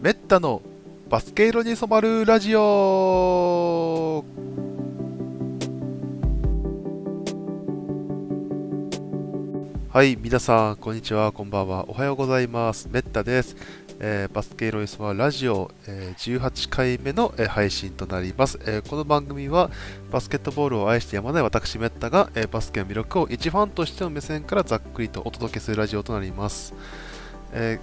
めったのバスケ色に染まるラジオはい皆さんこんにちはこんばんはおはようございますめったです、えーバスケ色に染まるラジオ、えー18回目の、えー配信となります、えーこの番組はバスケットボールを愛してやまない私めったが、えーバスケの魅力を一ファンとしての目線からざっくりとお届けするラジオとなります、え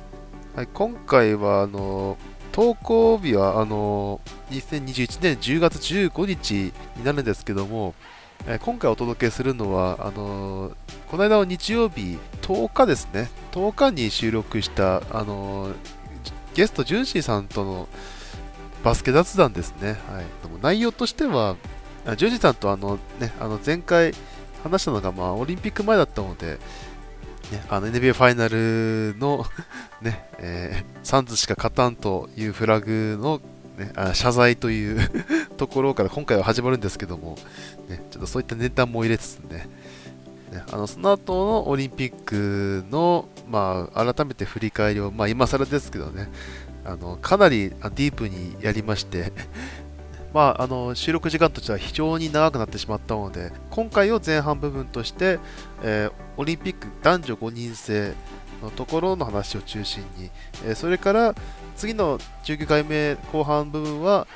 ーはい、今回はあの投稿日はあの2021年10月15日になるんですけども、えー今回お届けするのはあのこの間の日曜日10日ですね10日に収録したあのゲストジュンシーさんとのバスケ雑談ですね、はい、でも内容としてはあジュンシーさんとあの、ね、あの前回話したのが、まあ、オリンピック前だったので、ね、あの NBA ファイナルのねえーサンズしか勝たんというフラグの、ね、あ謝罪という ところから今回は始まるんですけども、ね、ちょっとそういったネタも入れつつねねあのその後のオリンピックの、まあ、改めて振り返りを、まあ、今更ですけどねあのかなりあディープにやりまして、 まあ、あの収録時間としては非常に長くなってしまったので今回を前半部分として、えーオリンピック男女5人制のところの話を中心に、えーそれから次の19回目後半部分は、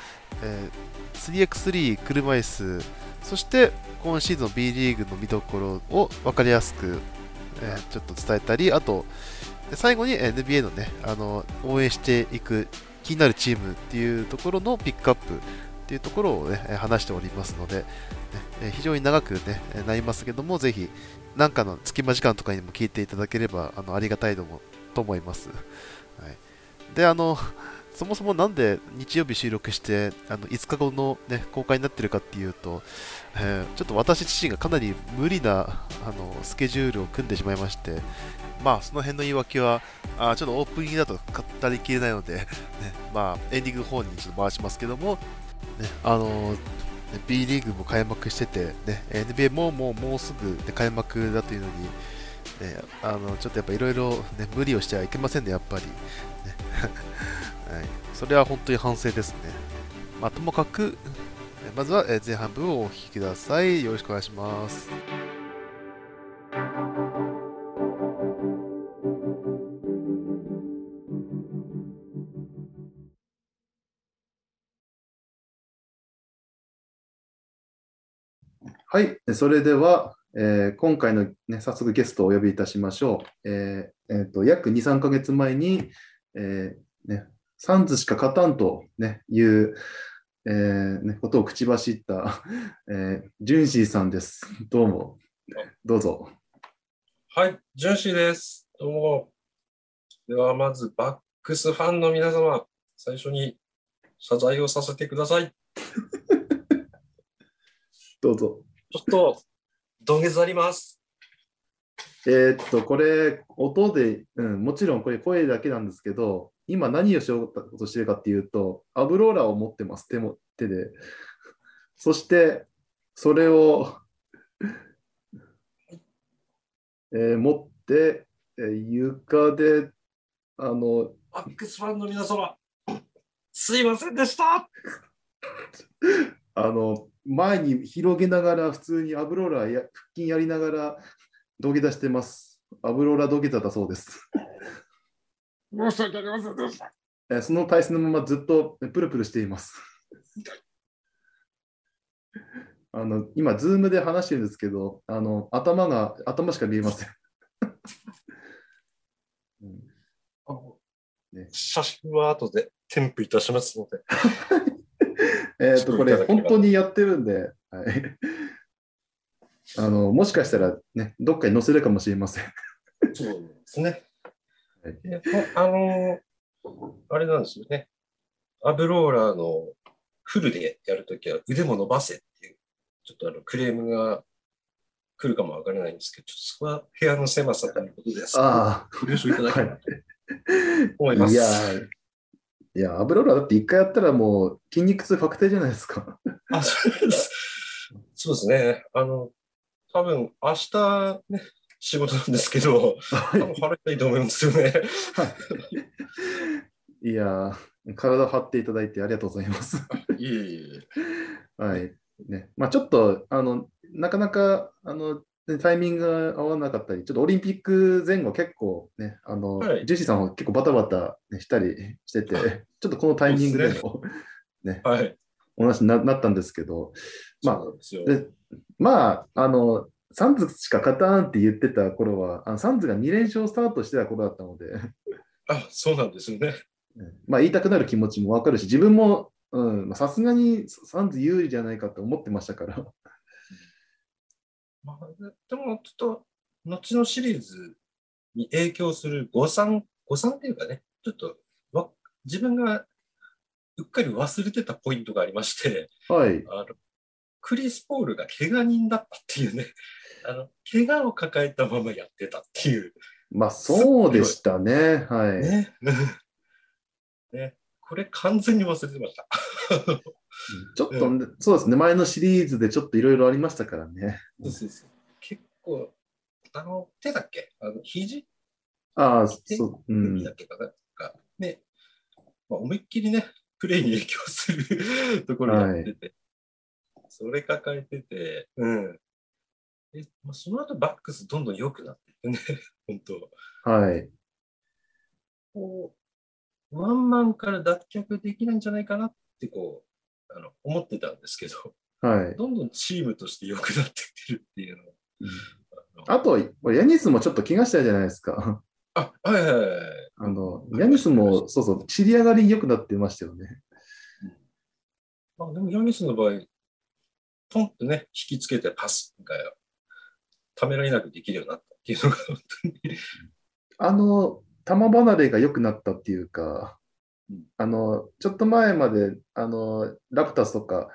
えー 3x3 車椅子そして今シーズンの B リーグの見どころを分かりやすく、えーちょっと伝えたりあとで最後にえー NBA のねあの応援していく気になるチームっていうところのピックアップっていうところをねえー話しておりますので、ねえー非常に長くねえーなりますけどもぜひなんかの隙間時間とかにも聞いていただければあのありがたいともと思います。はい、であのそもそもなんで日曜日収録してあの5日後の、ね、公開になってるかっていうと、えーちょっと私自身がかなり無理なあのスケジュールを組んでしまいまして、まあその辺の言い訳はあーちょっとオープニングだと語りきれないので、ね、まあエンディングの方にちょっと回しますけども、ね、あのーね B リーグも開幕してて、ね、NBA ももうもうすぐ、ね、開幕だというのに、ね、あのちょっとやっぱいろいろね無理をしてはいけませんね、やっぱり、ね はい。それは本当に反省ですね。まあ、ともかく、えまずはえー前半部をお聞きください。よろしくお願いします。はい、それでは、えー今回の、ね、早速ゲストをお呼びいたしましょう。えーえーと約2、3ヶ月前に、えーね、サンズしか勝たんと、ね、いう、えーね、ことを口走った、 えージュンシーさんです。どうも、どうぞ。はい、ジュンシーです。どうも。では、まず、バックスファンの皆様、最初に謝罪をさせてください。どうぞ。ちょっと、土下座ります。えーっと、これ、音で、うん、もちろんこれ声だけなんですけど、今何をしようとしてるかっていうと、アブローラを持ってます、手も手で。 そして、それを、 えー持って、えー床で、あの、バックスファンの皆様、すいませんでした。あの、前に広げながら、普通にアブローラや、腹筋やりながら、土下座してます。アブローラ土下座だそうです。申し訳ありませんでした。えーその体勢のままずっとえープルプルしています。 あの今、ズームで話してるんですけど、あの頭が頭しか見えません。 うんあのね写真は後で添付いたしますので。えっと、これ、本当にやってるんで、はい、 あのもしかしたら、ね、どっかに載せるかもしれません。そうですねはい。であのーあれなんですよね。アブローラーのフルでやるときは腕も伸ばせっていう、ちょっとあのクレームが来るかもわからないんですけど、ちょっとそこは部屋の狭さということで す。あご了承いたあ、だきはたいいと。思います。いやー、いや、アブローラだって一回やったらもう筋肉痛確定じゃないですか。 あそうですそうですね。あの、多分明日ね、仕事なんですけど、は多分晴れたいと思うんですよね。いやー、体張っていただいてありがとうございます。いえいえいはい。ね。まあちょっと、あの、なかなか、あの、タイミングが合わなかったり、ちょっとオリンピック前後結構ね、あの、はいジェシーさんは結構バタバタねしたりしてて、ちょっとこのタイミングでもえ。はい。お話にななったんですけど、まあそうなんですよ。でまあ、あの、サンズしか勝たんって言ってた頃は、あのサンズが2連勝スタートしてた頃だったので、あ、そうなんですよね。まあ言いたくなる気持ちもわかるし、自分も、うん、まあさすがにサンズ有利じゃないかと思ってましたから。まあ、でも、ちょっと、後のシリーズに影響する誤算、誤算っていうかね、ちょっとわ、自分がうっかり忘れてたポイントがありまして、はい。あのクリス・ポールが怪我人だったっていうね、あの怪我を抱えたままやってたっていう、まあそうでしたね。はい。ね。ねこれ完全に忘れてました。ちょっとね、そうですね、前のシリーズでちょっといろいろありましたからね。そうそうそう結構、あの、手だっけあの肘ああ、そう、う海んだ。けかな、がね、まあ、思いっきりね、プレーに影響する ところやってて、それ抱えてて、うん。でまあ、その後バックスどんどん良くなってってね、 本当はい。こう、ワンマンから脱却できないんじゃないかなってこう、あの思ってたんですけど、はい。どんどんチームとして良くなってってるっていうのあと、ヤニスもちょっと怪我したじゃないですか。あ、はいはいはいはい。あの、ヤニスも、そうそう、知り上がり良くなってましたよね。まあ、でも、ヤニスの場合、ポンとね、引きつけてパスが、ためられなくできるようになったっていうのが、本当に。あの、球離れが良くなったっていうかうん、あの、ちょっと前まで、あの、ラプタスとか、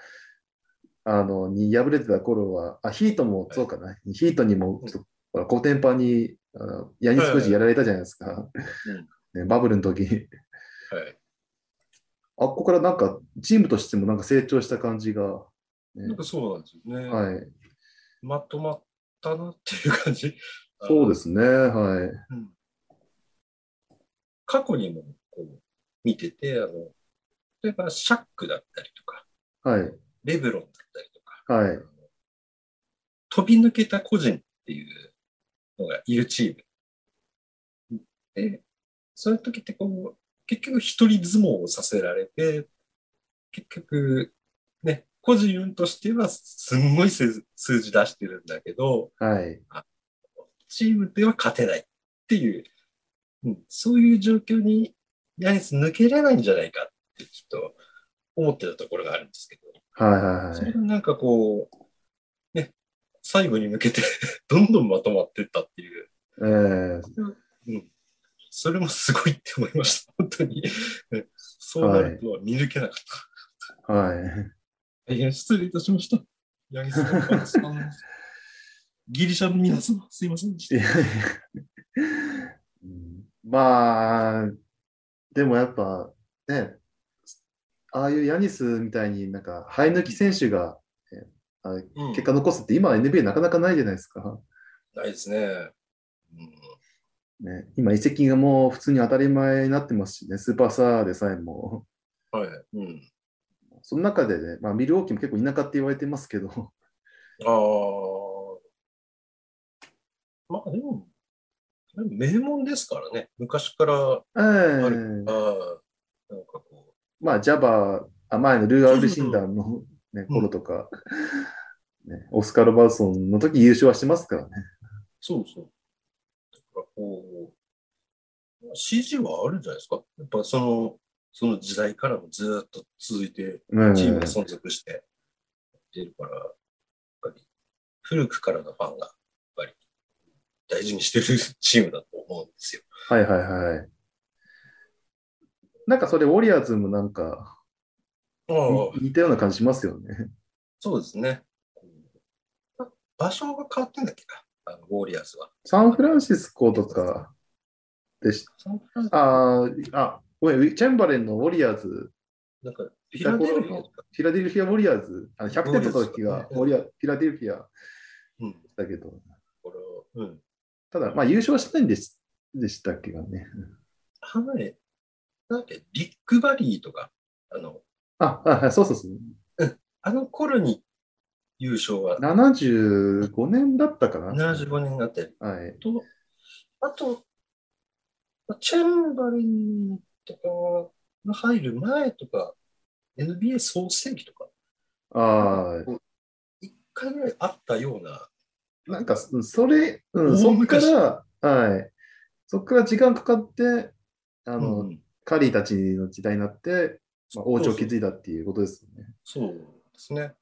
あの、に敗れてた頃は、あ、ヒートも、そうかな、ヒートにも、ちょっと、ほら、コテンパに、あのヤニスクジやられたじゃないですか。 ね、バブルの時。はい。あっこからなんか、チームとしてもなんか成長した感じが、ねなんかそうなんですよね。はい。まとまったなっていう感じ。。そうですすね、はい。うん過去にも、こう、見てて、あの、例えば、シャックだったりとか、はい。レブロンだったりとか、はい。飛び抜けた個人っていうのがいるチーム。で、そういう時ってこう、結局一人相撲をさせられて、結局、ね、個人としてはすんごい数数字出してるんだけど、はい。チームでは勝てないっていう、うん、そういう状況にヤニス抜けれないんじゃないかってちょっと思ってたところがあるんですけど、はい。はい。そはれい。がなんかこう、ね、最後に向けて、 どんどんまとまってったっていう、えーそれもすごいって思いました、本当に。ねそうなるとは見抜けなかっはい。た。大変失礼いたしました。八木さんパンツさん、ギリシャの皆様、すいませんでした。うん まあ、でもやっぱね、ああいうヤニスみたいになんか生え抜き選手がねあうん結果残すって今は NBA なかなかないじゃないですか。ないですね。うんね、今移籍がもう普通に当たり前になってますしね、スーパースターでさえも。はい。うん。その中でね、まあ、ミルウォーキーも結構田舎って言われてますけど、ああ。まあでも、名門ですからね。昔から、ええあるああ、なんかこう、まあ、ジャバあ前のルー・アルビシンダーの、ね、うん頃とか、ね、オスカー・ロバーソンの時優勝はしてますからね。そうそう。だからこう、CG はあるんじゃないですか。やっぱその、その時代からもずっと続いて、うんチームが存続してやってるから、やっぱり古くからのファンが、やっぱり大事にしてるチームだと思うんですよ。はいはいはい。なんかそれ、ウォリアーズもなんかああ、似たような感じしますよね。そうですね。あ場所が変わってんだっけか、あのウォーリアーズは。サンフランシスコとかでしサンフランあーあ、ごめん、ウィチェンバレンのウォリアーズ、なんか、フィラデルフィアとか。フィラデルフィア・ウォリアーズ、あの100点取った時がウォリアフィラデルフィアうん。だけど、これはうん。ただ、まあ優勝はしてないんですでしたっけがね。ハノイ、なんだっけ、ビッグバリーとか、あの、あ、あそうそうそう。あの頃に優勝は75年だったかな。 75年があって、はい。と、あと、まあチェンバレンとかが入る前とか、NBA 創成期とか、ああ、一回ぐらいあったような、なんか、それ、うん、そ大っか昔ら、はい。そっから時間かかって、ああの、カリーたちの時代になって、まあ、王朝を築いたっていうことですよね。そうですね。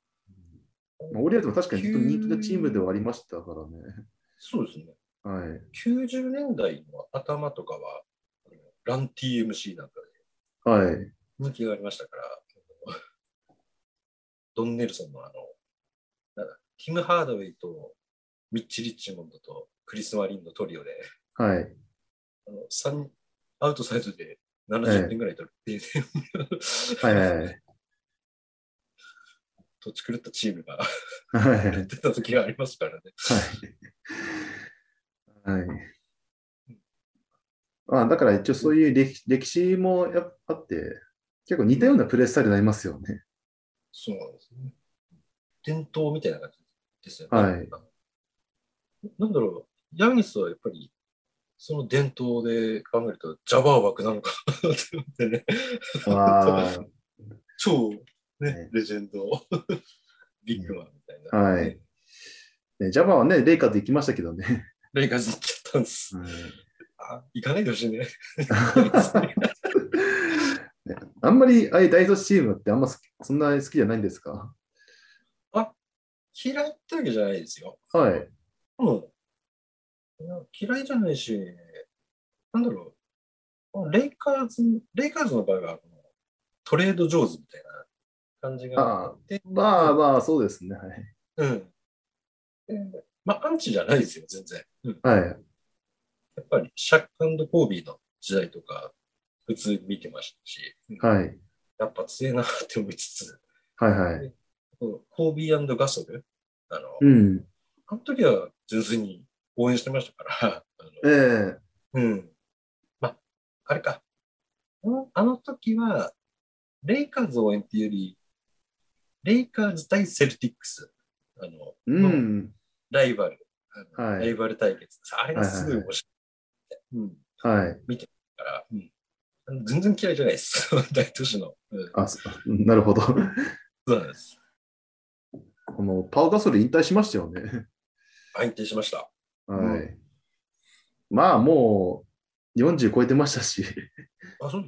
まあ、オリアーズも確かにずっと人気のチームではありましたからね。そうですね。はい。 90年代の頭とかは、あのラン TMC なんかではい。人気がありましたから、あのドン・ネルソンのあの、なんだティム・ハードウェイとミッチ・リッチモンドとクリス・マリンのトリオで、はい。あの三アウトサイドで70点ぐらい取るっていう、はいはいはい。 土地狂ったチームがはいやってた時がありますからね。はい。はい。まあ、だから一応そういう歴歴史もやっぱあって、結構似たようなプレースタイルになりますよね。 そうなんですね。伝統みたいな感じですよね。はいなんだろう、ヤニスはやっぱり、その伝統で考えると、ジャバー枠なのかって思ってね、わ 超、ねね、レジェン ド、ビッグマンみたいな。はいーねジャバはね、レイカーズ行きましたけどね。レイカーズ行っちゃったんです。あ行かないでほしいね。ねあんま りああいう大卒チームってあんま好きそんなに好きじゃないんですか嫌いってわけじゃないですよ。はい。うん。いや嫌いじゃないし、なんだろう。レイカーズ、レイカーズの場合は、トレード上手みたいな感じがあって、まあまあ、そうですね。うん。でまあ、アンチじゃないですよ、全然。うん。はい。はい。やっぱり、シャックコービーの時代とか、普通に見てましたし、うんはい。やっぱ強いなって思いつつ、はいはい。うんコービーガソル、あの、うん。あの時は純粋に応援してましたから、あのええうん。まあ、あれか。あのあの時は、レイカーズ応援っていうより、レイカーズ対セルティックス、あの、うのん。ライバル、あのはいライバル対決。あれがすごい面白い。うん。はい。だから、うんあの。全然嫌いじゃないです。 大都市の。うん、あ、そ うんなるほど。そうなんです。あの、パウガソル引退しましたよね。安定しました。はい。まあ、もう40超えてました し。あ、そう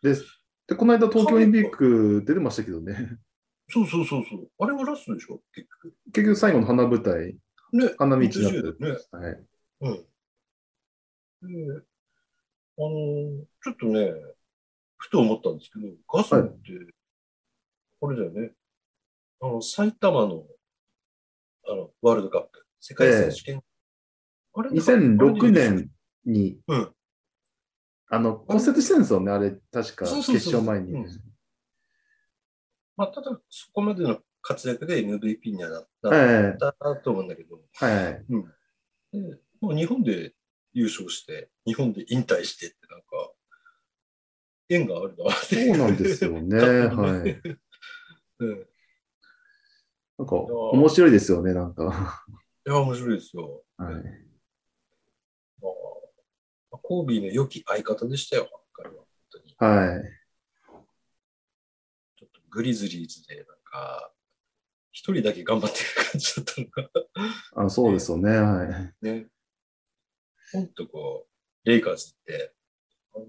ですねで、この間東京オリンピック出てましたけどね。そうそうそうそう。あれがラストでしょ結局。結局最後の花舞台、ね。花道になって80だよね。はい。うん。で、あの、ちょっとね、ふと思ったんですけど、ガソンって、これだよね、あの、埼玉の、あの、ワールドカップ、世界選手権。あれ2006。年に、うんあの、骨折してるんですよね、あれ、確か、そう決そうそう勝前に。うんまあ、ただ、そこまでの活躍で MVP にはなっえたと思うんだけど、えはい。でもう日本で優勝して、日本で引退してって、なんか、縁があるなって。そうなんですよね。はい。 うん。なんか、面白いですよね、なんか。いや、面白いですよ。はい。あーコービーの良き相方でしたよ、彼は。本当に。はい。ちょっとグリズリーズで、なんか、一人だけ頑張ってる感じだったのが、あのそうですよね、はい。ね。ほんとこう、レイカーズって、あの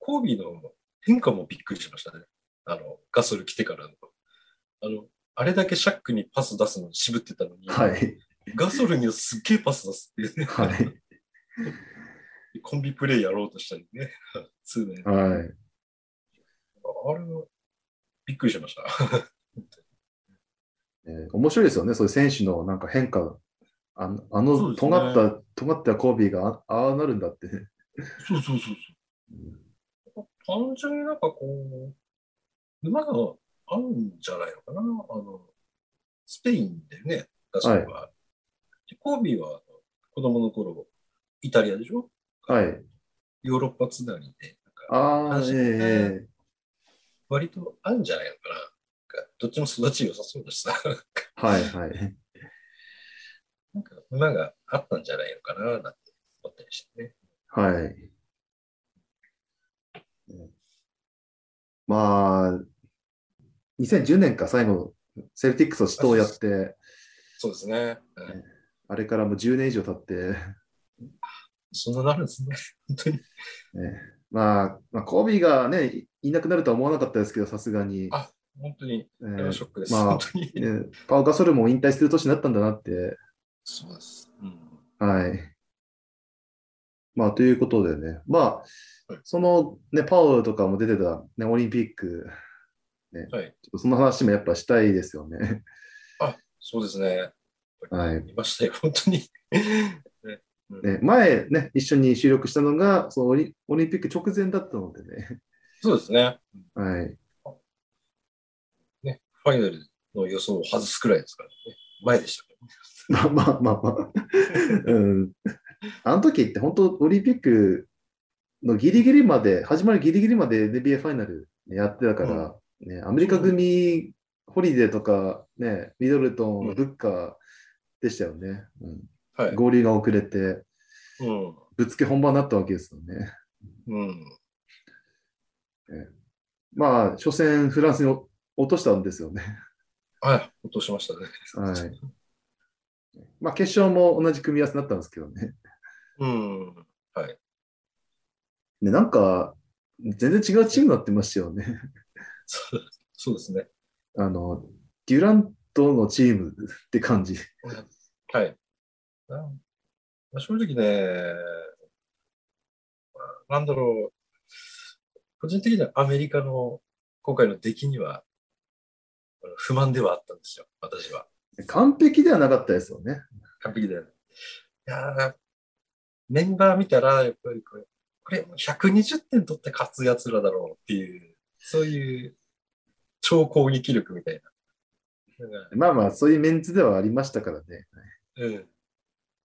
コービーの変化もびっくりしましたね。あの、ガソル来てからの。あの、あれだけシャックにパス出すのに渋ってたのに、はい。ガソルにはすっげえパス出すっていうね。はい。コンビプレイやろうとしたりね。 ツーで。はい。あれは、びっくりしました。えー面白いですよね、そういう選手のなんか変化。あの、あそうのですね尖った、尖ったコービーがあああなるんだって。そうそうそうそう。単純になんかこう、馬があるんじゃないのかな。あの、スペインでね、確かは。でコービーはあの子供の頃、イタリアでしょはい。ヨーロッパつながりで、なんあか、あ、ええええ割とあるんじゃないのかな。なんかどっちも育ち良さそうだしさ、 はいはい。なんか馬があったんじゃないのかな、なんて思ったりしてね。はい。まあ、2010年か、最後、セルティックスを死闘をやって、そうですね。うんあれからもう10年以上経って、 ねそんななるんですね。本当に。まあ、まあ、コビーがね、いいなくなるとは思わなかったですけど、さすがに。あ本当に、えあれはシーョックです。まあ本当に。ねパオ・ガソルも引退する年になったんだなって。そうです。うん。はい。まあ、ということでね、まあはい、その、ね、パオとかも出てた、ね、オリンピック、ね、はいちょっとその話もやっぱしたいですよね。 そうですね。はい。いましたよ、本当に。ねうんね、前ね、一緒に収録したのが、そのオリオリンピック直前だったのでね。 そうですね。はい。 ね、ファイナルの予想を外すくらいですからね。前でしたかまあまあまあまあ。 うん。あの時って本当、オリンピックのギリギリまで、始まるギリギリまで NBA ファイナルやってたから、ね、アメリカ組、ホリデーとか、ね、ミドルトうン、んブッカーでしたよね。うらん、ね。合流が遅れて、はい。ぶっつけ本番になったわけですよね。うん。うん。まあ、初戦、フランスに落としたんですよね。あ、落としましたね。はい。まあ、決勝も同じ組み合わせになったんですけどね。 うん。はい。ねなんか、全然違うチームになってましたよね。 そうそうですね。あの、デュラントのチームって感じ。 はい。なんまあ、正直ね、まあなんだろう、個人的にはアメリカの今回の出来にはあの不満ではあったんですよ、私は。完璧ではなかったですよね。完璧だよね。いやーメンバー見たら、やっぱりこれ、これ120点取って勝つやつらだろうっていう、そういう超攻撃力みたいな。なんかまあまあ、そういうメンツではありましたからね。うん。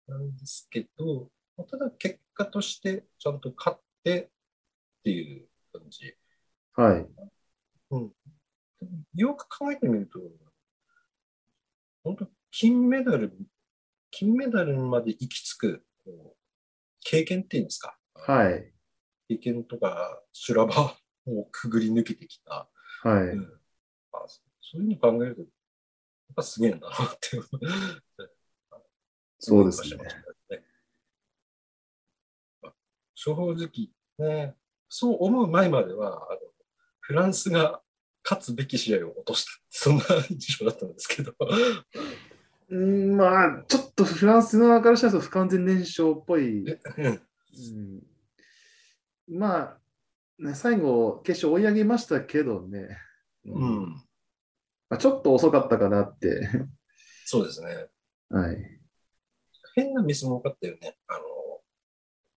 なんですけど、まあただ結果としてちゃんと勝ってっていう感じ。はい。よく考えてみると、本当金メダル、金メダルまで行き着く、こう経験っていうんですか。はい。経験とか修羅場をくぐり抜けてきた。はうい。んあそそういうの考えると、やっぱすげえんだなって思う。そうですね。ね。正直、ね、そう思う前まではあの、フランスが勝つべき試合を落とした、そんな印象だったんですけど、うん、まあ、ちょっとフランス側からしたら不完全燃焼っぽい。うんまあ、ね、最後、決勝追い上げましたけどね。うまん、あ、ちょっと遅かったかなって。 そうですね。はい。変なミスも多かったよね。あの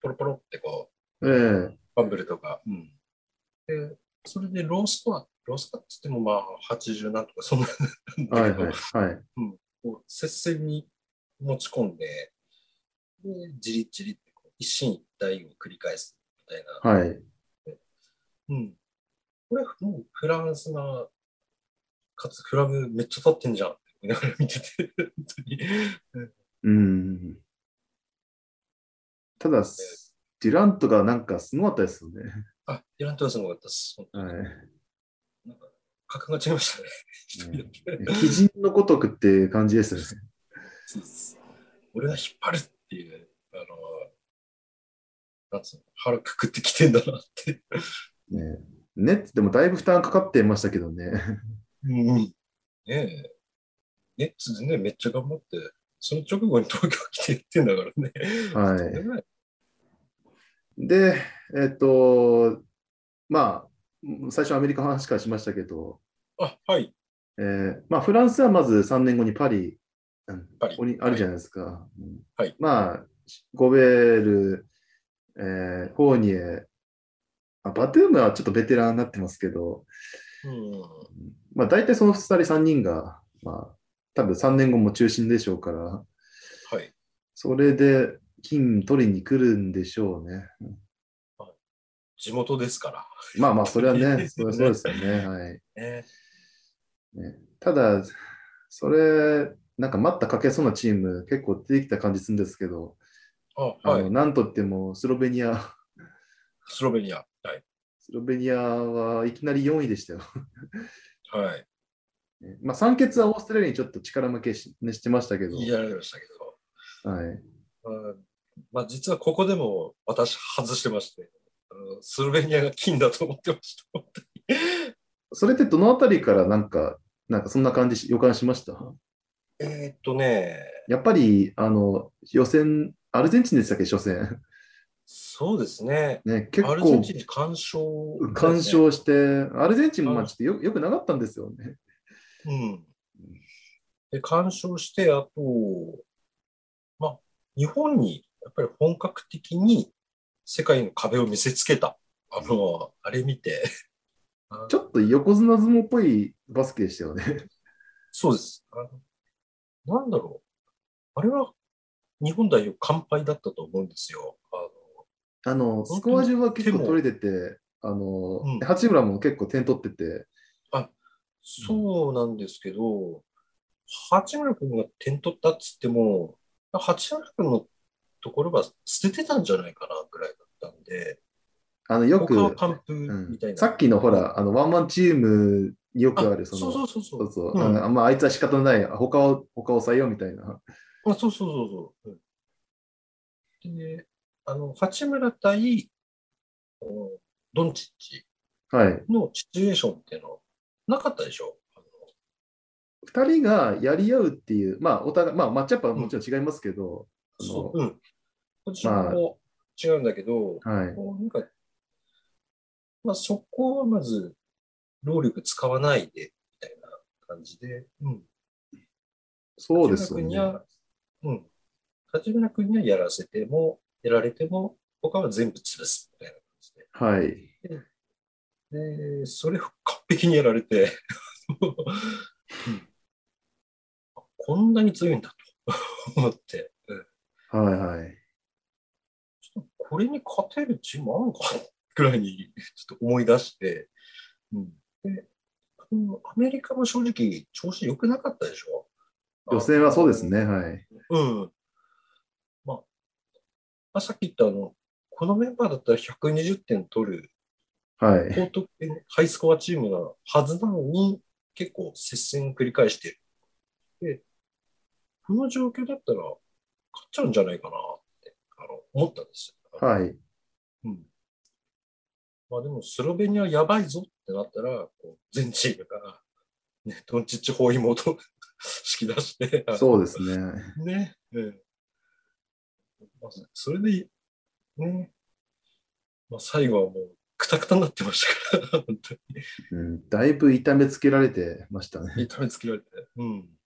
ポロポロってこええう、バンブルとか。うん、で、それでロースコア、ロースコアって言ってもまあ80なんとか、そんななんだはけいどはい。はい。こう接戦に持ち込んで、でじりじりってこう一進一退を繰り返すみたいな。はい。うん、これ、もうフランスが、かつフラグめっちゃ立ってんじゃんって思いながら見てて、本当に。うん。ただ、デュラントがなんかすごかったですよね。あ、デュラントはすごかったです。本当にはい。なんか、格が違いましたね。一人だけ。鬼人のごとくって感じですよね。そうです俺が引っ張るっていう、あの、なんつうの、腹くくってきてんだなって。ねネッツでもだいぶ負担かかってましたけどね。うん。ねえ。ネッツでね、めっちゃ頑張って、その直後に東京来てやってんだからね。はい。い。で、えっと、まあ、最初アメリカの話からしましたけど、あ、はい。えーまあ、フランスはまず3年後にパリ、うんパリオリあるじゃないですか。うんはいまあ、ゴベール、えーフォーニエ、あバトゥームはちょっとベテランになってますけど、うん。まあ、大体その2人3人が、まあ、多分3年後も中心でしょうから、はい。それで金取りに来るんでしょうね。地元ですかまあまあ、それはね、それそうですよね。はい。ら。ね、ただ、それ、なんか待ったかけそうなチーム、結構出てきた感じするんですけど、あ、あはのい。なんといってもスロベニア、 スロベニア。はい。スロベニアはいきなり4位でしたよ。 はい。ねまあ、三欠はオーストラリアにちょっと力負けし,、ね、してましたけど、言いやられましたけど。はい、うんまあ、実はここでも私外してまして、あのスロベニアが金だと思ってました。本当にそれってどのあたりからなんか、なんかそんな感じし予感しましたえーっとね、やっぱりあの予選、アルゼンチンでしたっけ、初戦。 そうですね。ね、結アルゼ構ンチンに干渉、。干渉してて、アルゼンチンもまあちょっとよよくなかったんですよね。 うん。で、干渉して、あと、まあ、日本にやっぱり本格的に世界の壁を見せつけた。あの、あれ見て。ちょっと横綱相撲っぽいバスケでしたよね。 そうです。あのなんだろう。あれは日本代表完敗だったと思うんですよ。あのあのスコア上は結構取れてて、あのうん八村も結構点取ってて、そうなんですけど、八村君が点取ったっつっても、八村君のところは捨ててたんじゃないかなぐらいだったんで、あのよく他は完封うんみたいな。さっきのほら、あのワンマンチームによくある、そそうのそうそうそう。そううそんうあのまああいつは仕方ない、他を他を抑えようみたいな。まあ、そうそうそうそううん。で、あの、八村対、あのドンチッチはい、のシチュエーションっていうのなかったでしょあの2人がやり合うっていう、まあ、お互い、まあ、マッチアップはもちろん違いますけど、あのそう、うん。ポジションも違うんだけど、はい、こうなんか、まあそこはまず、労力使わないで、みたいな感じで、うん。そうですよ八村君にね。は、うん。八村君にはやらせても、やられても、他は全部潰す、みたいな感じで。はい。で、それを完璧にやられて、 うんこんなに強いんだと思って、うんはいはい。ちょっとこれに勝てるチームあるのかくらいにちょっと思い出して、うんであのアメリカも正直調子良くなかったでしょ予選はそうです。ね。はい。うん。まあ、まあ、さっき言ったあの、このメンバーだったら120点取るはい。高得点、ハイスコアチームなはずなのに、結構接戦を繰り返している。で、この状況だったら、勝っちゃうんじゃないかなって、あの、思ったんですよ。はい。うん。まあでも、スロベニアやばいぞってなったら、こう全チームが、ね、ドンチッチ包囲網と 敷き出して、あのそうですね。ね。うん。まあ、それで、ね。まあ、最後はもう、くたくたになってましたから、 本当うん、だいぶ痛めつけられてましたに。ね。痛めつけられて。うん。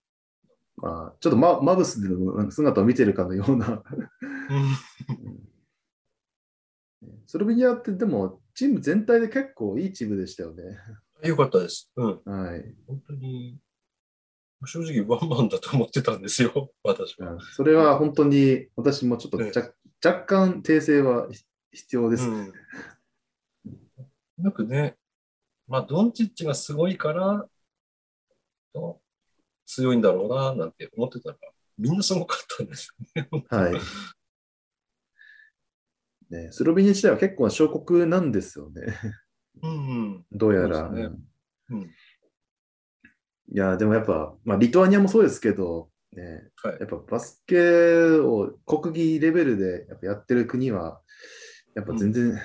まあ、ちょっとママブスでの姿を見てるかのような。スロベニアってでも、チーム全体で結構いいチームでしたよね。よかったです。うん。はい。本当に、正直ワンマンだと思ってたんですよ、私は。それは本当に私もちょっとええ若若干訂正は必要です。うん。なんかね、まあ、ドンチッチがすごいから、と強いんだろうな、なんて思ってたら、みんなすごかったんですよね。はい。ね、スロベニア自体は結構な小国なんですよね。うんうん。どうやら。そうですねうん。いや、でもやっぱ、まあ、リトアニアもそうですけど、ね、はいやっぱバスケを国技レベルでやっぱやってる国は、やっぱ全然、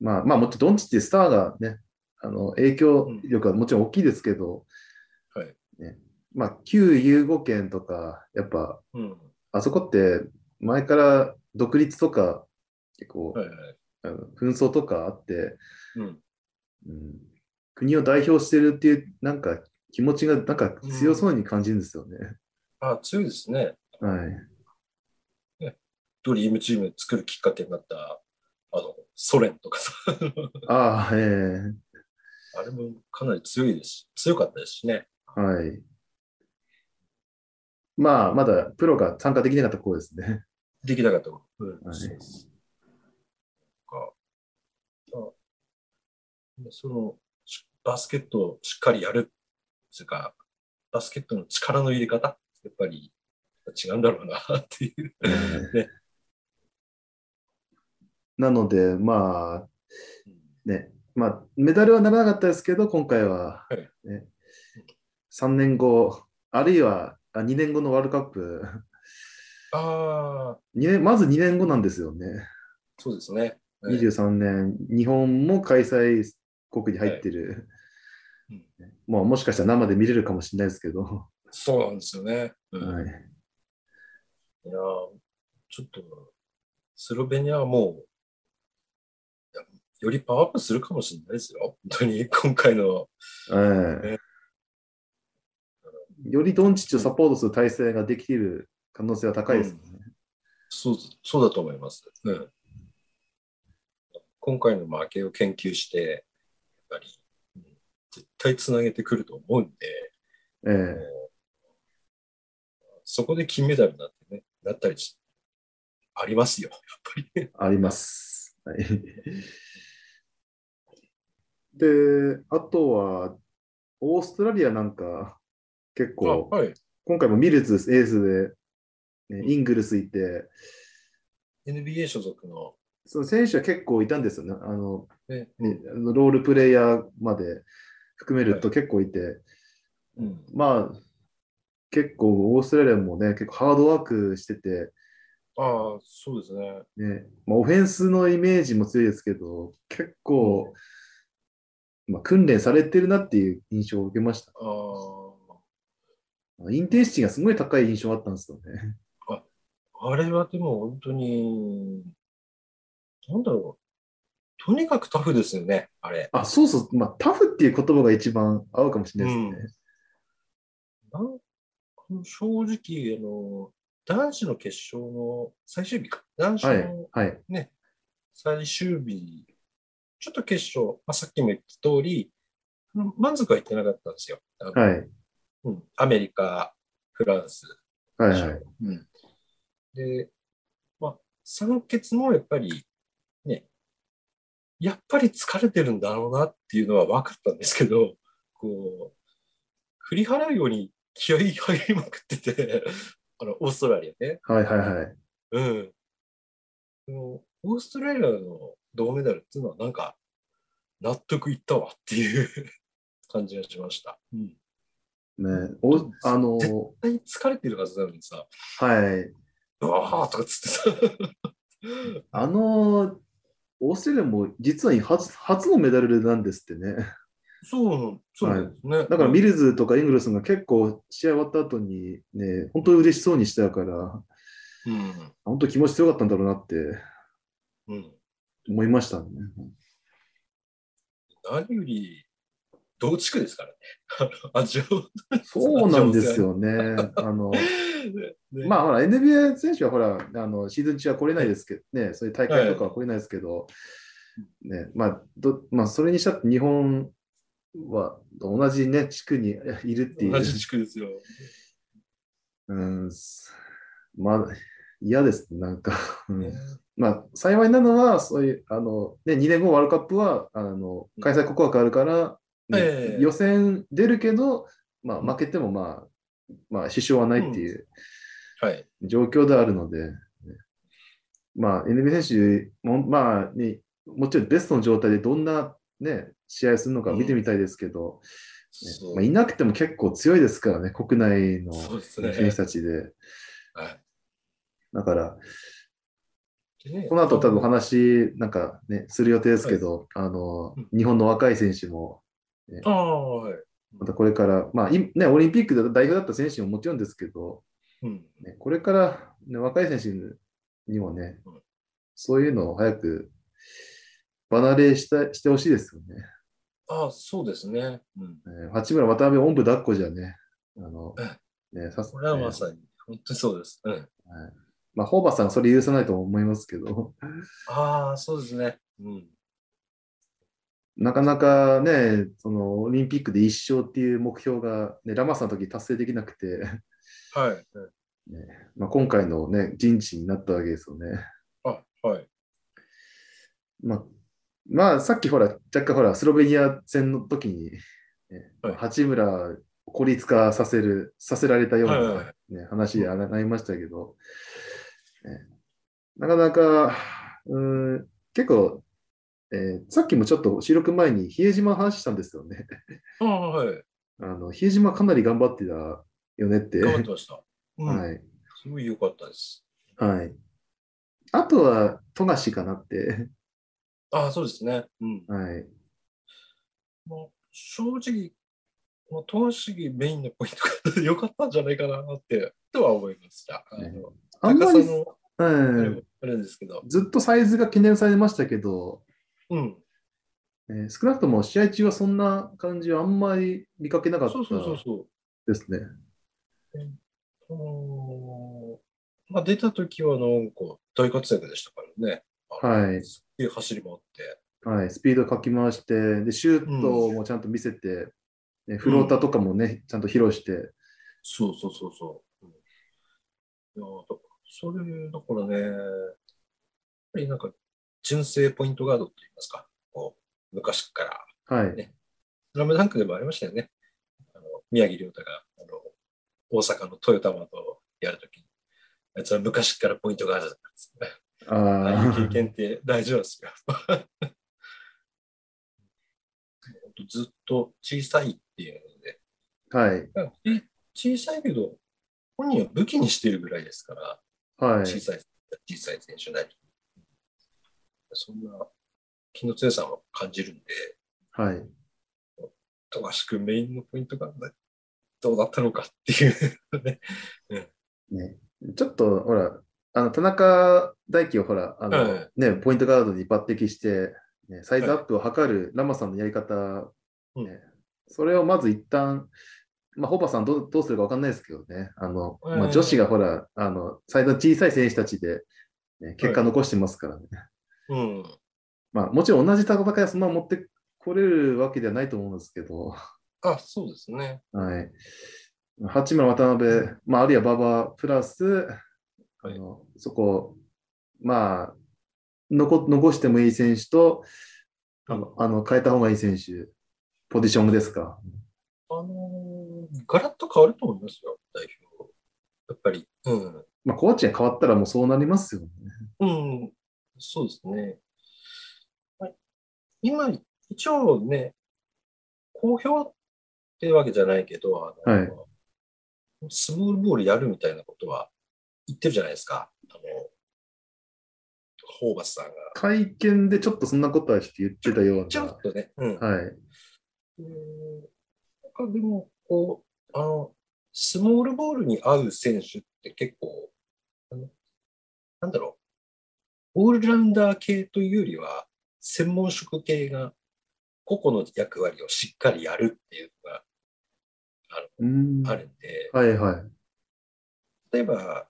まあ、まあ、もっとドンチってスターがね、あの影響力はもちろん大きいですけど、はいね、まあ、旧ユーゴ圏とか、やっぱ、うん。あそこって前から独立とか、結構、はいはい。あの紛争とかあって、うん。うん、国を代表してるっていう、なんか気持ちがなんか強そうに感じるんですよね。あ、強いですね。はい。ドリームチーム作るきっかけになった、あの、ソ連とかさ。 ああ、ええあれもかなり強いですし、強かったですしね。はい。まあ、まだプロが参加できなかった頃ですね。できなかったもん。うん。はいそうですなんかあその、しバスケットをしっかりやる、つうか、バスケットの力の入れ方、やっぱり違うんだろうな、っていう。 ねなので、まあ、ね、まあ、メダルはならなかったですけど、今回は、ね、3年後、あるいはあ2年後のワールドカップ、 ああ、 2年まず2年後なんですよね。そうですね。ええ23年、日本も開催国に入ってる、うんまあ、もしかしたら生で見れるかもしれないですけど、そうなんですよね。うんはいいやーちょっと、スロベニアはもう、いやよりパワーアップするかもしれないですよ。本当に、今回の。えねえよりドンチッチをサポートする体制ができる可能性は高いですね。そう、そうだと思います。うん。今回の負けを研究して、やっぱり、うん絶対つなげてくると思うんで、えそこで金メダルなんてね、なったりし、ありますよ、やっぱり。えあります。はい、で、あとは、オーストラリアなんか、結あ構、はい。今回もミルズエースで、ねイングルスいて、 NBA 所属の、その選手は結構いたんですよね。あのね、ねあのロールプレイヤーまで含めると結構いて、うん。まあ、結構オーストラリアもね、結構ハードワークしてて、ああ、そうですね。ねまあ、オフェンスのイメージも強いですけど、結構、まあ、訓練されてるなっていう印象を受けました。ああ。インテンシティがすごい高い印象あったんですよね。 あれはでも本当に、なんだろう。とにかくタフですよね、あれ。あ、そうそう、まあ、タフっていう言葉が一番合うかもしれないですね。なん正直、あの、男子の決勝の最終日か。男子のはい、はい、ね、最終日、ちょっと決勝、まあ、さっきも言った通り、うん満足はいってなかったんですよ。あのはい、うん、アメリカ、フランス、はい、はい。うん、で、まあ、酸欠もやっぱり、ね、やっぱり疲れてるんだろうなっていうのは分かったんですけど、こう、振り払うように気合い入りまくってて、 あの、オーストラリアね。はい、はい、はい。うん。そのオーストラリアの銅メダルっていうのはなんか、納得いったわっていう 感じがしました。うん。ね、おあの、疲れてるはずなのにさ、はい。うわーとかつってさ、あの、オーストラリアも実は初初のメダルなんですってね。そう、そうなんですね。だからミルズとかイングルスが結構試合終わった後にね、本当に嬉しそうにしてたから、うん。本当気持ち強かったんだろうなってうん。思いましたね。何より、同地区ですからね。 あの味わそうなんですよね。あの、 う。まああ、ほら NBA 選手はほら、あのシーズン中は来れないですけど、ね、そういう大会とかは来れないですけど、ね、まあ、どまあ、それにしたって日本は同じね、地区にいるっていう。同じ地区ですよ。うん、すまあ、嫌です、なんか。うんねまあ、幸いなのは、そういう、あの、ね、2年後ワールドカップは、あの、開催国枠あるから、ねええ予選出るけど、まあ、負けても、まあ、まあ、支障はないっていうはい。状況ではあるので、ねまあ、NBA 選手も、まあ、ね、もちろんベストの状態でどんな、ね、試合するのか見てみたいですけど、ねそうまあ、いなくても結構強いですからね、国内のそうですね。選手たちで。はいだから、でねこの後多分話なんかね、する予定ですけど、あのうん、日本の若い選手も、ああ、はい。またこれから、まあ、いね、オリンピックで代表だった選手ももちろんですけど、うん。ね、これから、ね、若い選手にもねうん、そういうのを早く離れしたしてほしいですよね。ああ、そうですね。うん。えー八村、渡辺、おんぶ抱っこじゃね、あのう、ね、さすこれはまねさに、本当にそうです。うん。まあ、ホーバスさんはそれ許さないと思いますけど、ああ、そうですね。うん。なかなかね、そのオリンピックで一勝っていう目標が、ね、ラマスの時達成できなくて、はい。うんまあ、今回のね、人事になったわけですよね。あ、はい。まあ、まあ、さっきほら、若干ほら、スロベニア戦の時に、ねはい八村を孤立化させる、させられたようはいはいはな、ね話になりましたけど、ねなかなか、うーん、結構、えーさっきもちょっと収録前に比江島の話したんですよね。 ああ、はい。あの比江島かなり頑張ってたよねって。頑張ってました。うん。はい。すごい良かったです。はい。あとは、富樫かなって。 ああ、そうですね。うん。はい。もう正直、もう富樫メインのポイントが良かったんじゃないかなって、 とは思いました。あねのあん高まさり、のあれうもん、あれですけど。ずっとサイズが懸念されましたけど、うん。えー少なくとも試合中はそんな感じはあんまり見かけなかったそうそうそうそう。ですね。あのーまあ、出た時はなんか大活躍でしたからね。はいすっげえ走り回って。はい。スピードかき回して、で、シュートもちゃんと見せて、ねフローターとかもね、ちゃんと披露して、そうそうそうそう。うん、いやーだからそれ、だからね、やっぱりなんか、純正ポイントガードって言いますか、こう昔から、はい。ねスラムダンクでもありましたよね。あの宮城亮太があの大阪のトヨタマとやるときに、あいつは昔からポイントガードだったんですね。ああいうあ経験って大事なんですよ。 ずっと小さいっていうあ、はい。ので、小さいけど、本人は武器にしてるぐらいですから、は小い。さい、小さい選手なりに。そんな気の強さも感じるんで、はい。富樫君メインのポイントがどうだったのかっていうね。ちょっと、ほら、あの、田中大輝をほら、あの、はいね、ポイントガードに抜擢して、ね、サイズアップを図るラマさんのやり方、うんねそれをまず一旦、まあ、ホバさんどうどうするか分かんないですけどね、あの、まうあ、ん女子がほら、あの、サイズの小さい選手たちで、ね、結果残してますからね。うん。まあ、もちろん同じ戦いはそんな持ってこれるわけではないと思うんですけど、 あ、そうですね。はい。八村、渡辺、まあ、あるいは馬場プラス、あはいのそこ、まあ残、残してもいい選手と、あのあの変えた方がいい選手、ポジションですか。あのーガラッと変わると思いますよ、代表。やっぱり。うん。まあ、コーチが変わったらもうそうなりますよね。うん、そうですね。はい今、一応ね、公表ってわけじゃないけど、あのはいスモールボールやるみたいなことは言ってるじゃないですか。あのホーバスさんが。会見でちょっとそんなことは言ってたようちょっとね。うんな。はい。うんなんかでも、こう、あの、スモールボールに合う選手って結構、あのなんだろう、オールラウンダー系というよりは、専門職系が個々の役割をしっかりやるっていうのうーんがあるんで、はいはい。例えば、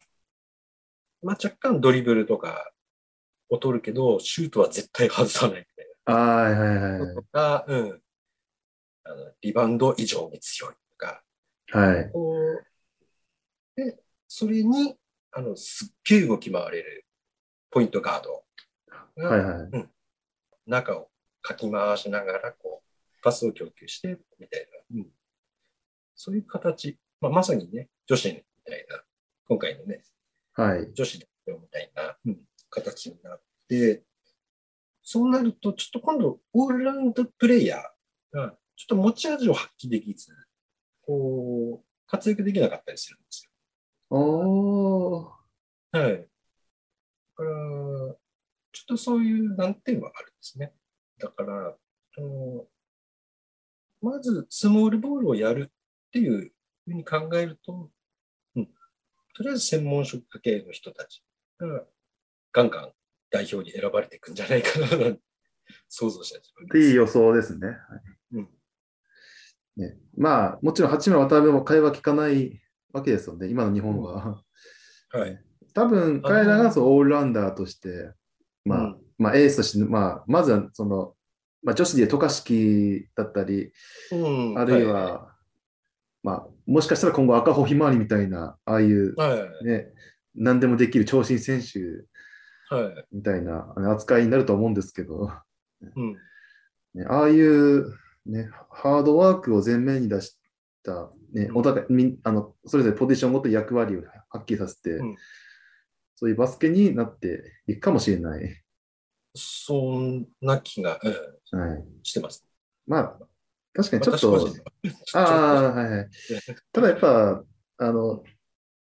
まあ、若干ドリブルとか劣るけど、シュートは絶対外さないみたいあーはいはいなはいとか、うん、あのリバウンド以上に強いとか、。はい。こう、で、それに、あの、すっげえ動き回れるポイントガードが、はいはい。中をかき回しながら、こう、パスを供給して、みたいな、そういう形、まあ、まさにね、女子みたいな、今回のね、はい。女子代表みたいな、うん形になって、そうなると、ちょっと今度、オールラウンドプレイヤーが、ちょっと持ち味を発揮できず、こう、活躍できなかったりするんですよおー。はい。だから、ちょっとそういう難点はあるんですね。だから、あのまずスモールボールをやるっていうふうに考えると、うん、とりあえず専門職家系の人たちがガンガン代表に選ばれていくんじゃないかななんて想像した自分いいです。予想ですね。うんね、まあ、もちろん八村渡辺も会話聞かないわけですので、今の日本は。はい。多分彼らがそうオールラウンダーとして、まあ、うんまあ、エースとして、まあ、まずはその、まあ、女子で渡嘉敷だったり、うんあるいはは、まあ、もしかしたら今後赤穂ひまわりみたいな、ああいう、い、はい。ね、何でもできる長身選手はい。みたいなあの扱いになると思うんですけど、うん。ね、ああいう、ね、ハードワークを前面に出した、ね、お互いみんあの、それぞれポジションごと役割をはっきりさせて、うんそういうバスケになっていくかもしれない。そんな気が、うんはい、してます。まあ、確かにちょっ私個と人、ではちょっとああ、はいはい。ただやっぱ、あの、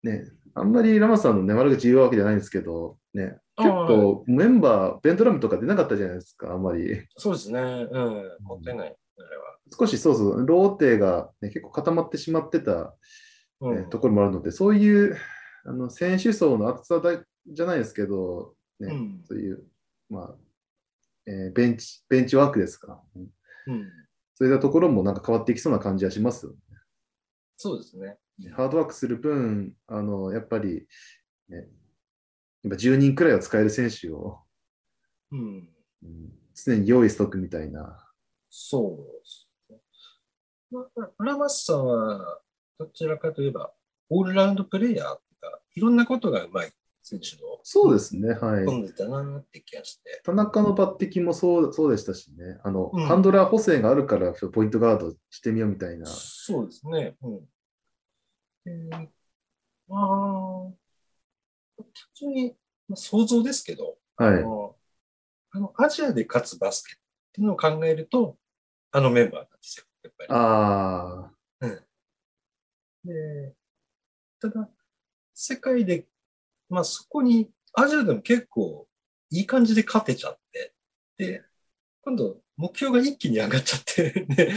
ね、あんまりラマさんの、ね、悪口言うわけじゃないんですけど、ね、あ結ー構メンバー、ベントラムとか出なかったじゃないですか、あんまり。そうですね。うん。もったいない。あ少しそうそう、ローテが、ね、結構固まってしまってた、れねは。うん。ところもあるので、そういうあの選手層の厚さだじゃないですけど、ねうんそういう、まあえーベンチベンチワークですか、うんうん。そういったところもなんか変わっていきそうな感じはしますよそうですね。ね。ハードワークする分、あのやっぱり、ね、やっぱ10人くらいは使える選手を、うん。うん常に用意しとくみたいな。そうですね。まあ、ラマスさんは、どちらかといえば、オールラウンドプレイヤーが、いろんなことがうまい選手のそうですね、はい。込んでたなって気がして。田中の抜擢もそうそうでしたしね、あのうんハンドラー補正があるからポイントガードしてみようみたいな。そうですね。うん。でまあ、単純に、まあ、想像ですけど、はあい、のあのアジアで勝つバスケっていうのを考えると、あのメンバーなんですよ、やっぱり。ああ、で、ただ、世界で、まあそこに、アジアでも結構いい感じで勝てちゃって、で、今度目標が一気に上がっちゃって、 ね、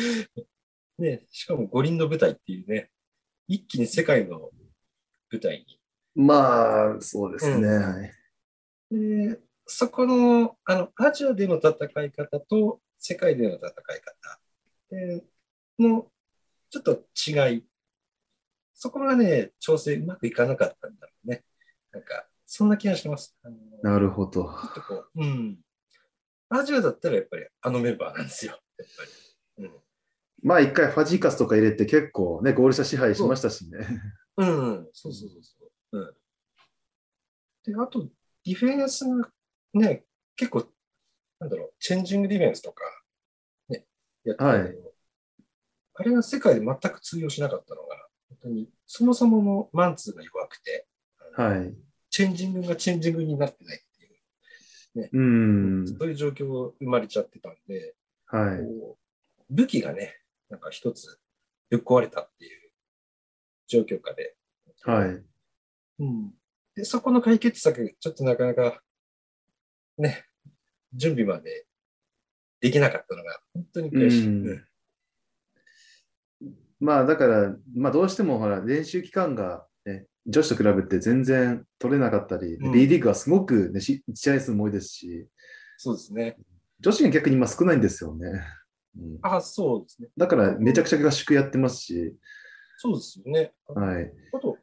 ね、しかも五輪の舞台っていうね、一気に世界の舞台まあ、そうですね。はいに。で、そこの、あの、アジアでの戦い方と世界での戦い方での、ちょっと違い。そこがね、調整うまくいかなかったんだろうね。なんか、そんな気がしてます。あのなるほど。ちょっとこう、うん。アジアだったらやっぱりあのメンバーなんですよ。やっぱり。まあ、一回ファジーカスとか入れて結構ね、ゴール下支配しましたしね。うん。うん。そうそうそうそう。うん。で、あと、ディフェンスがね、結構、なんだろう、チェンジングディフェンスとか、ね、やってたけどはいあれが世界で全く通用しなかったのが、本当に、そもそものマンツーが弱くて、はい。チェンジングがチェンジングになってないっていう、うん。そういう状況が生まれちゃってたんで、はい。こう武器がね、なんか一つぶっ壊れたっていう状況下で、はい。うん、でそこの解決策、ちょっとなかなか、ね、準備までできなかったのが、本当に悔しい。うんうんまあ、だから、まあ、どうしてもほら、練習期間が、ね、女子と比べて全然取れなかったり、うん B リーグはすごく、ね、し試合数も多いですし、そうですね。女子が逆に今少ないんですよね。うん、あ、そうですね。だから、めちゃくちゃ合宿やってますし、そうですよね。あはい。あと、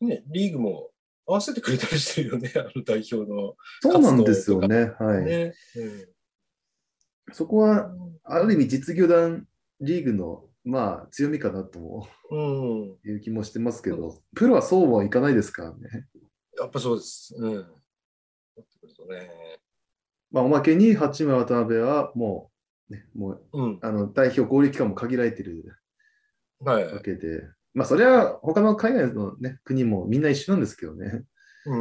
ね、リーグも合わせてくれたりしてるよね、 あの代表の。そうなんですよね。はい。ね。うんそこは、ある意味実業団リーグの、まあ、強みかなともうん。いう気もしてますけど、プロはそうはいかないですからね。やっぱそうです。うん。やってくるとね。まあ、おまけに八村渡辺はもう、ね、もううん。あの代表合流期間も限られてるはい。わけで、まあ、それは他の海外の、ね、国もみんな一緒なんですけどね。う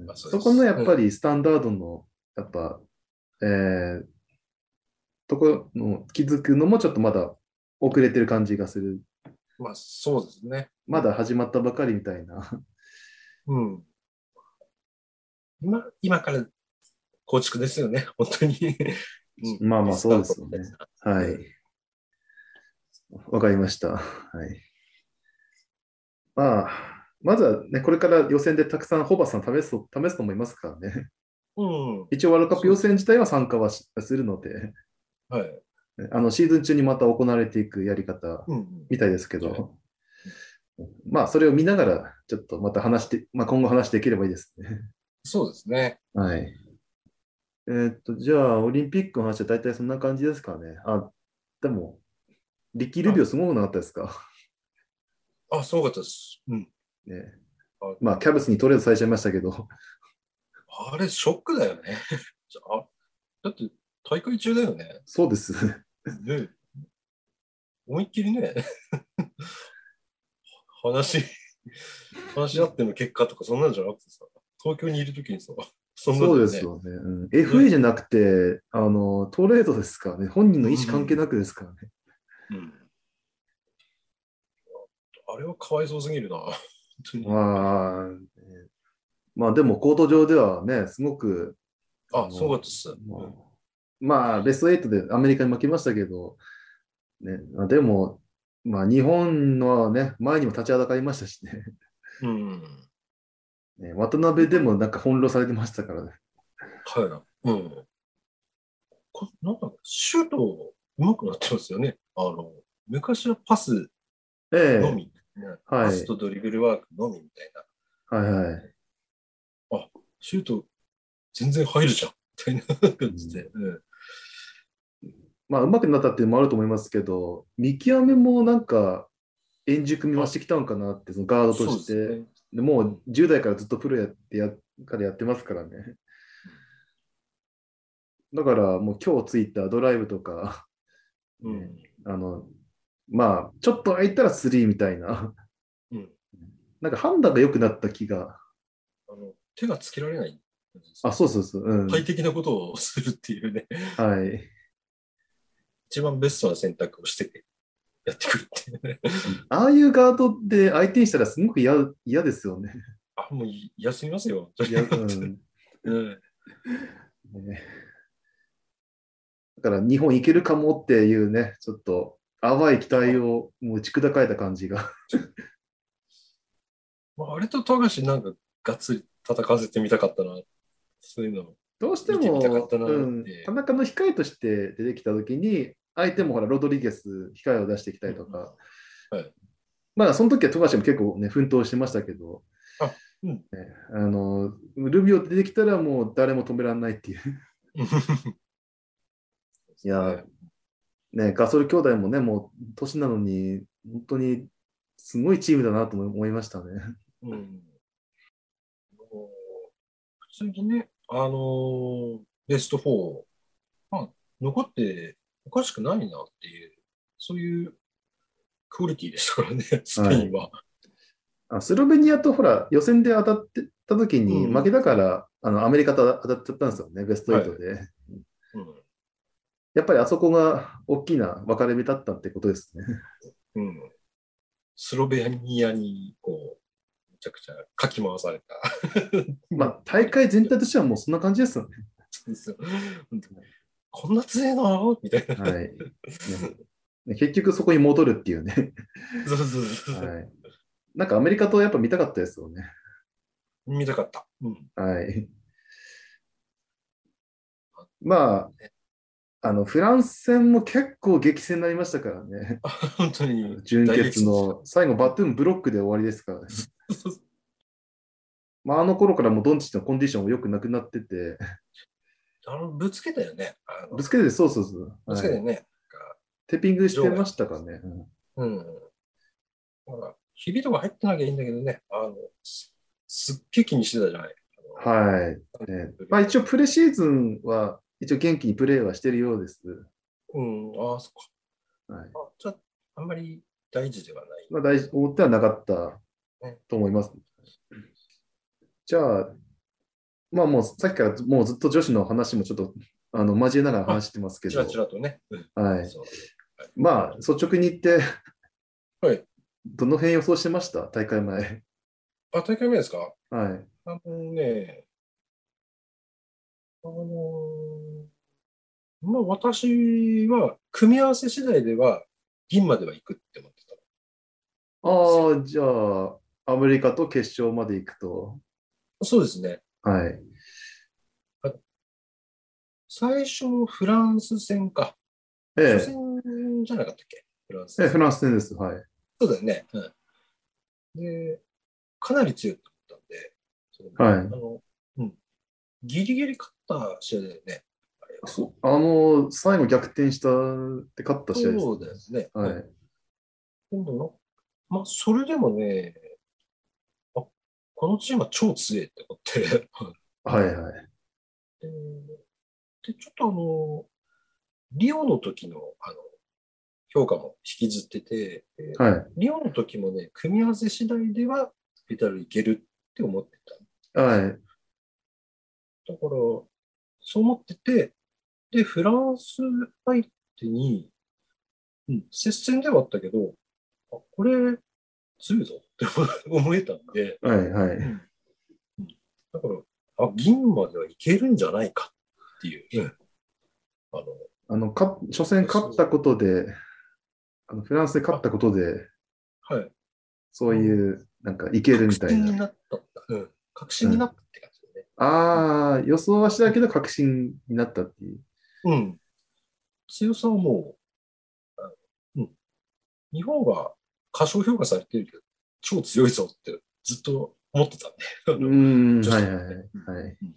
ん。まあそこのやっぱり、りスタンダードの、やっぱ、えー、ところの気づくのもちょっとまだ遅れてる感じがする。うんまあそうですね。まだ始まったばかりみたいな。うん。今、今から構築ですよね、 本当に。うんまあまあそうですよね。はういん。わかりました。はい。まあ、まずはね、これから予選でたくさんホバさん試す試すと思いますからね。 うん。一応ワールドカップ予選自体は参加はしするので、 はい。あのシーズン中にまた行われていくやり方うん。みたいですけど、まあそれを見ながら、ちょっとまた話して、まあ、今後話していければいいですね。そうですね。はい。えーっと、じゃあ、オリンピックの話は大体そんな感じですかね。あ、でも、力ルビオすごくなかったですか。あ、そうかったです。うん。ねあ、まあ、キャベツにトレードされちゃいましたけど、 あれ、ショックだよね。あだって、大会中だよね。そうです。ね思いっきりね、 話、話し合っての結果とかそんなんじゃなくてさ、東京にいるときにさ、そんなそんうだでよすよね。うん、FA じゃなくて、あの、トレードですからね。本人の意思関係なくですからね。うん。あれはかわいそうすぎるな、本当に。まあ、ねまあでもコート上ではね、すごく、あ、そうだったっす。まあうんまあ、ベスト8でアメリカに負けましたけど、ね、まあでも、まあ日本のね、前にも立ちはだかりましたしね。 うん。ね渡辺でもなんか翻弄されてましたからね。はい。うん。こなんか、シュート上手くなってますよね。あの、昔はパスえのえみ、ねはいパスとドリブルワークのみみたいな。はいはい。シュート全然入るじゃん。みたいな感じで。うんまあ、うまくなったっていうのもあると思いますけど、見極めもなんか、円熟みはしてきたのかなって、そのガードとそうしですて。でね。もう10代からずっとプロやってやからやってますからね。だから、もう今日ついたドライブとか、うん。あの、まあ、ちょっと空いたらスリーみたいな、うん。なんか判断が良くなった気が、あの、手がつけられない。あ、そうそうそう、うん。は快適なことをするっていうね。い。一番ベストな選択をしてやってくるっていうね。 ああいうガードで相手にしたらすごく嫌嫌ですよ ね。あ、もうい休みますよ。いやうんうん。ねだから日本行けるかもっていうね、ちょっと淡い期待をもう打ち砕かれた感じ が。 まあ、あれと富樫なんかがっつり戦わせてみたかったな。そういうの。どうして見てみたかもっ、たなってうん、田中の控えとして出てきたときに、相手もほらロドリゲス、控えを出してきたりとか、はいまあその時は富樫も結構ね、奮闘してましたけど、あうんねあのルビオ出てきたらもう誰も止められないっていう。 いやーね、ガソル兄弟もね、もう年なのに、本当にすごいチームだなと思い思いましたね。うん。もう普通にね、あのーベスト4、まあ、残っておかしくないなっていう、そういうクオリティでしたからね、スペインは。あスロベニアとほら、予選で当たってた時にうん負けだから、あのアメリカと当たっちゃったんですよね、ベスト8で。やっぱりあそこが大きな分かれ目だったってことです ね。うん。うん。スロベニアに、こう、めちゃくちゃかき回された。 まあ、大会全体としてはもうそんな感じですよね。そうですよ本当にこんな強いのみたいな。 はい。ね結局そこに戻るっていうね。そうそうそうそう、はい。 なんかアメリカとやっぱ見たかったですよね。見たかった。うん。はい。まあ、あの、フランス戦も結構激戦になりましたからね。本当に。準決の、最後バトゥンブロックで終わりです からね。大激戦。まあ、あの頃からもうドンチッチのコンディションも良くなくなってて、あの、ぶつけたよね。あのぶつけて、そうそうそう。ぶつはけたよい、ね。テーピングしてましたからね。うんうん。ほら、ひびとか入ってなきゃいいんだけどね。あの、すすっげえ気にしてたじゃない。はい、ねまあ、一応、プレシーズンは、一応元気にプレーはしてるようです。うん、ああ、そっはいか。あじゃあ、あんまり大事ではない。まあ、大事、思ってはなかったと思います。じゃあ、まあもうさっきからもうずっと女子の話もちょっとあの交えながら話してますけちどら、ちらとね。うんはい、そうまあ率直に言って、はいどの辺予想してました大会前。あ、大会目ですかはい、あのね、あのーまあ私は、組み合わせ次第では、銀までは行くって思ってた。ああ、じゃあ、アメリカと決勝まで行くと。そうですね。はい、最初のフランス戦か。初え戦じゃなかったっけフランスえ、ええ戦。フランス戦です。はい、そうだよね。うん。で、かなり強いと思ったんで、そのはいあの、うん。ギリギリ勝った試合だよね。あれそあの、最後逆転したって勝った試合です。そうだよね。はい、でもな、まあ、それでもね、あこのチームは超強いって思って、はい、はい。で、でちょっとあの、リオの時の、あの、評価も引きずってて、えーはい。リオの時もね、組み合わせ次第では、ペダルいけるって思ってた。はい。だから、そう思ってて、で、フランス相手に、うん、接戦ではあったけど、あこれ、強いぞって思えたんで、はい。はい。だから、あ、銀まではいけるんじゃないかっていう、うんあの、あの、か、初戦勝ったことで、あのフランスで勝ったことで、はい。そういう、なんか、いけるみた確い信にな。なったんだ。うん。確信になったって感じだね。ああ、予想はしてたけど、確信になったっていう。うん。強さはもう、あのうん。日本は過小評価されてるけど、超強いぞってずっと思ってたね。うん、女子はいだはいはい。ねはいうん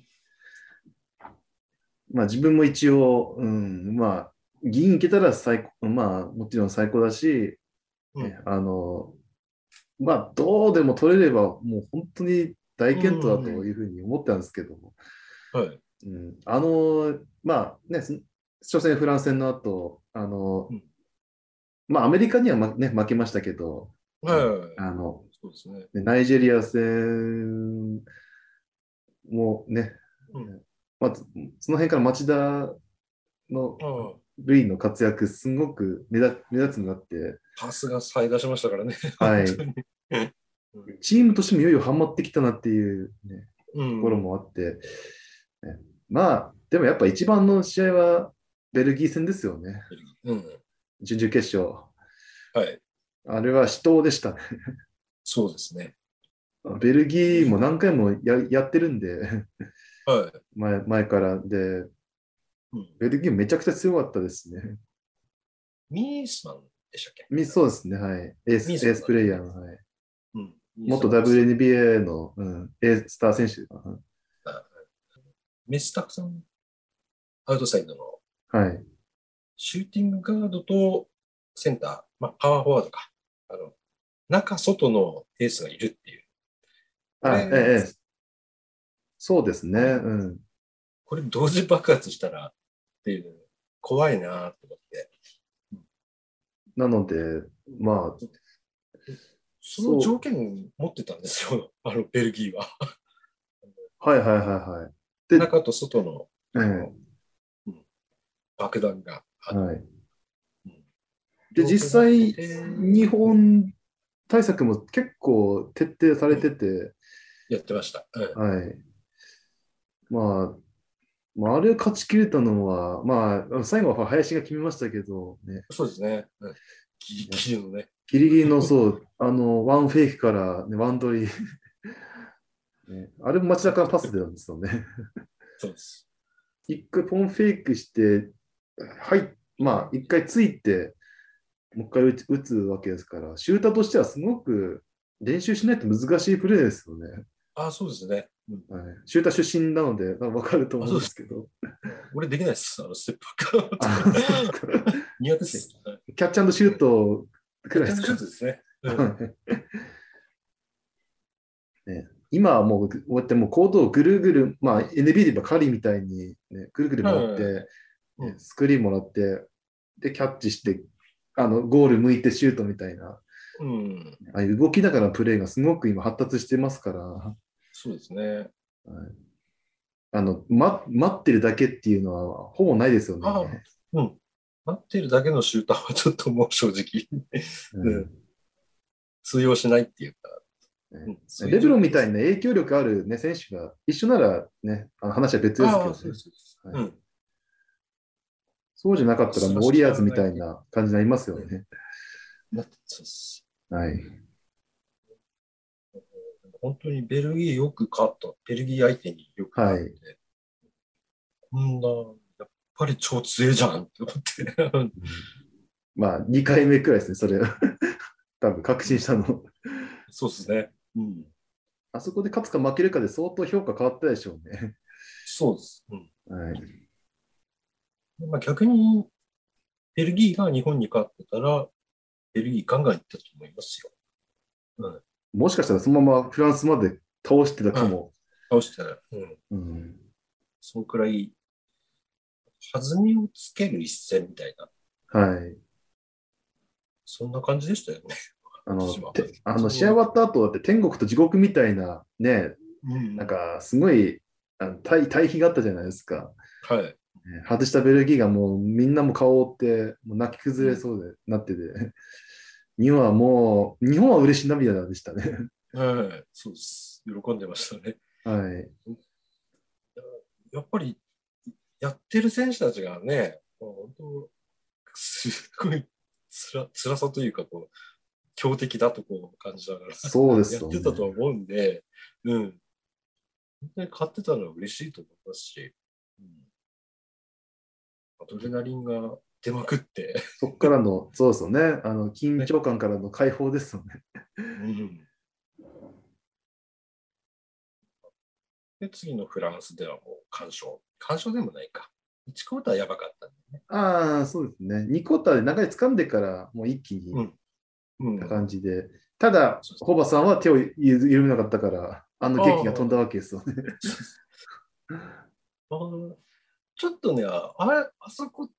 まあ、自分も一応、うん、まあ、銀いけたら最高、まあ、もちろん最高だし、うんねあの、まあ、どうでも取れれば、もう本当に大健闘だというふうに思ったんですけども、はい。うんあの、まあね、そ初戦フランス戦の後、あのうん、まあアメリカには、まね、負けましたけど、はい。あの、そうですね。ねナイジェリア戦もねうん、まあ、そその辺から町田のうん。ルイの活躍、すごく目立目立つようになって、パスが再出しましたからね。はい 本当にチームとしてもいよいよハマってきたなっていう、ね、うん。ところもあって、ねまあ、でもやっぱ一番の試合はベルギー戦ですよね、うん。準々決勝。はい。あれは死闘でしたね。そうですね。ベルギーも何回もややってるんで、 は前前から。で、い。うん、ベルギーめちゃくちゃ強かったですね。ミースマンでしたっけみそうですね、はい。エースエミスだースプレイヤーの、はい、うん。元ミースマン WNBA の、うん、エースター選手、うんメスタクさん、アウトサイドのはい。シューティングガードとセンター、まあ、パワーフォワードか。あの、中、外のエースがいるっていう。あ、こええれええそうですね、うん。これ同時爆発したらっていう、怖いなと思って。なので、まあ、その条件持ってたんですよ、あの、ベルギーは。はいはいはいはい。で中と外のえ爆弾が。えはい、うんで、実際、に日本対策も結構徹底されてて、やってました。うんはい。まあ、まあ、あれを勝ち切れたのは、まあ、最後は林が決めましたけど、ね、そうですね。うんギリギリのね。ギリギリの、 そう、あの、ワンフェイクから、ね、ワンドリー、 ね、あれも街中のパスでなんですよね。そうです。一回ポンフェイクして、はい、まあ、一回ついて、もう一回打つ打つわけですから、シューターとしてはすごく練習しないと難しいプレーですよね。あそうですね。うんはい、シューター出身なので、多分わかると思うんですけど。俺できないです。あの、ステッ プあが。そう か苦手です。はいキャッチャンドシュートくらいですちかょっとですね。ね、今はもう、こうやってもうコートをぐるぐる、まあ、NBA で言えばカリみたいに、ね、ぐるぐる回って、はいねうんスクリーンもらって、で、キャッチして、あのゴール向いてシュートみたいな、うん。ああいう動きながらのプレーがすごく今発達してますから、そうですね。あの、ま、待ってるだけっていうのはほぼないですよね。あうん。待ってるだけのシューターはちょっともう正直 うん通用しないっていうか。ねレブロンみたいなな影響力ある、ね、選手が一緒なら、ね、あの話は別ですけど、ねああ、そうです。そうですはいうん。そうじゃなかったら、ウォリアーズみたいな感じになりますよね。なそうですはい。本当にベルギーよく勝った。ベルギー相手によく勝って。こんな、やっぱり超強いじゃんって思って。 うんまあ、2回目くらいですね、それ。 多分確信したの。そうですね。うん。あそこで勝つか負けるかで相当評価変わったでしょうね。そうです。うん。はい。まあ、逆に、ベルギーが日本に勝ってたら、ベルギーガンガンいったと思いますよ。もしかしたらそのままフランスまで倒してたかも。倒したら、うん。うん。そのくらい、弾みをつける一戦みたいな、はい。そんな感じでしたよね。あの私は、てあの試合終わった後だって天国と地獄みたいな、ね、うんなんかすごいあの対対比があったじゃないですか。はい。ね外したベルギーがもうみんなもう顔を覆って、もう泣き崩れそうで、なってて。 日本はもう、日本は嬉しい涙でしたね。 はい。そうです。喜んでましたね。はい。やっぱり、やってる選手たちがね、もう本当、すごいつら辛さというか、こう、強敵だとこう感じながら、そうですやよっねて。たとは思うんで、うん。本当に勝ってたのは嬉しいと思いますし、うん、アドレナリンが出まくって、そこからの、そうですよね。あの緊張感からの解放ですよね。うんで、次のフランスではもう完勝。完勝でもないか。1クォーターやばかったんでね。ああ、そうですね。2クォーターで流れ掴んでから、もう一気にうっんうんた感じで。ただ、ホバさんは手をゆ緩めなかったから、あの劇が飛んだわけですよね。あのちょっとね、ああれ、あそこ、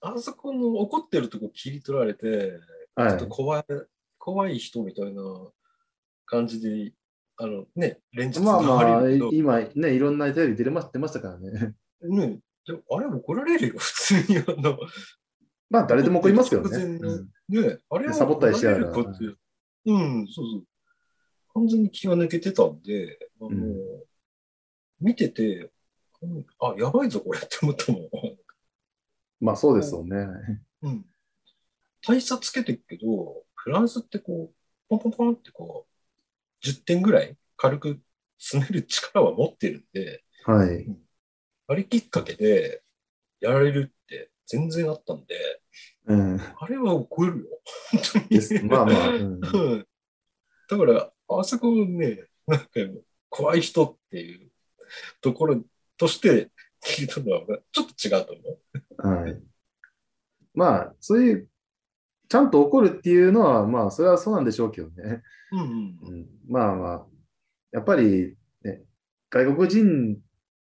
あそこの怒ってるとこ切り取られて、 はちょっいと。怖い、怖い人みたいな感じで、あのね、連日流まあまあ、れるけど、今ね、いろんなテレビ出れま出ましたからね。ね、でもあれ怒られるよ、 普通に。あのまあ、誰でも怒りますよね。直前にうんね、あれはサボったりしてや怒らるれるかからっていう。うん、そうそう。完全に気が抜けてたんで、あのうん見てて、うんあ、やばいぞ、これって思ったもん。まあ、そうですよね。うん。大差つけてるけど、フランスってこう、ポンポンポンってこう、10点ぐらい軽く詰める力は持ってるんで、はい。あれきっかけでやられるって全然あったんで、うん。あれは超えるよ。本当でに。 すまあまあ、うんうんだから、あそこをね、なんか怖い人っていうところとして聞いたのは、ちょっと違うと思う。はい。まあ、そういう、ちゃんと怒るっていうのは、まあ、それはそうなんでしょうけどね。うんううん。ん、まあまあ、やっぱり、ね、外国人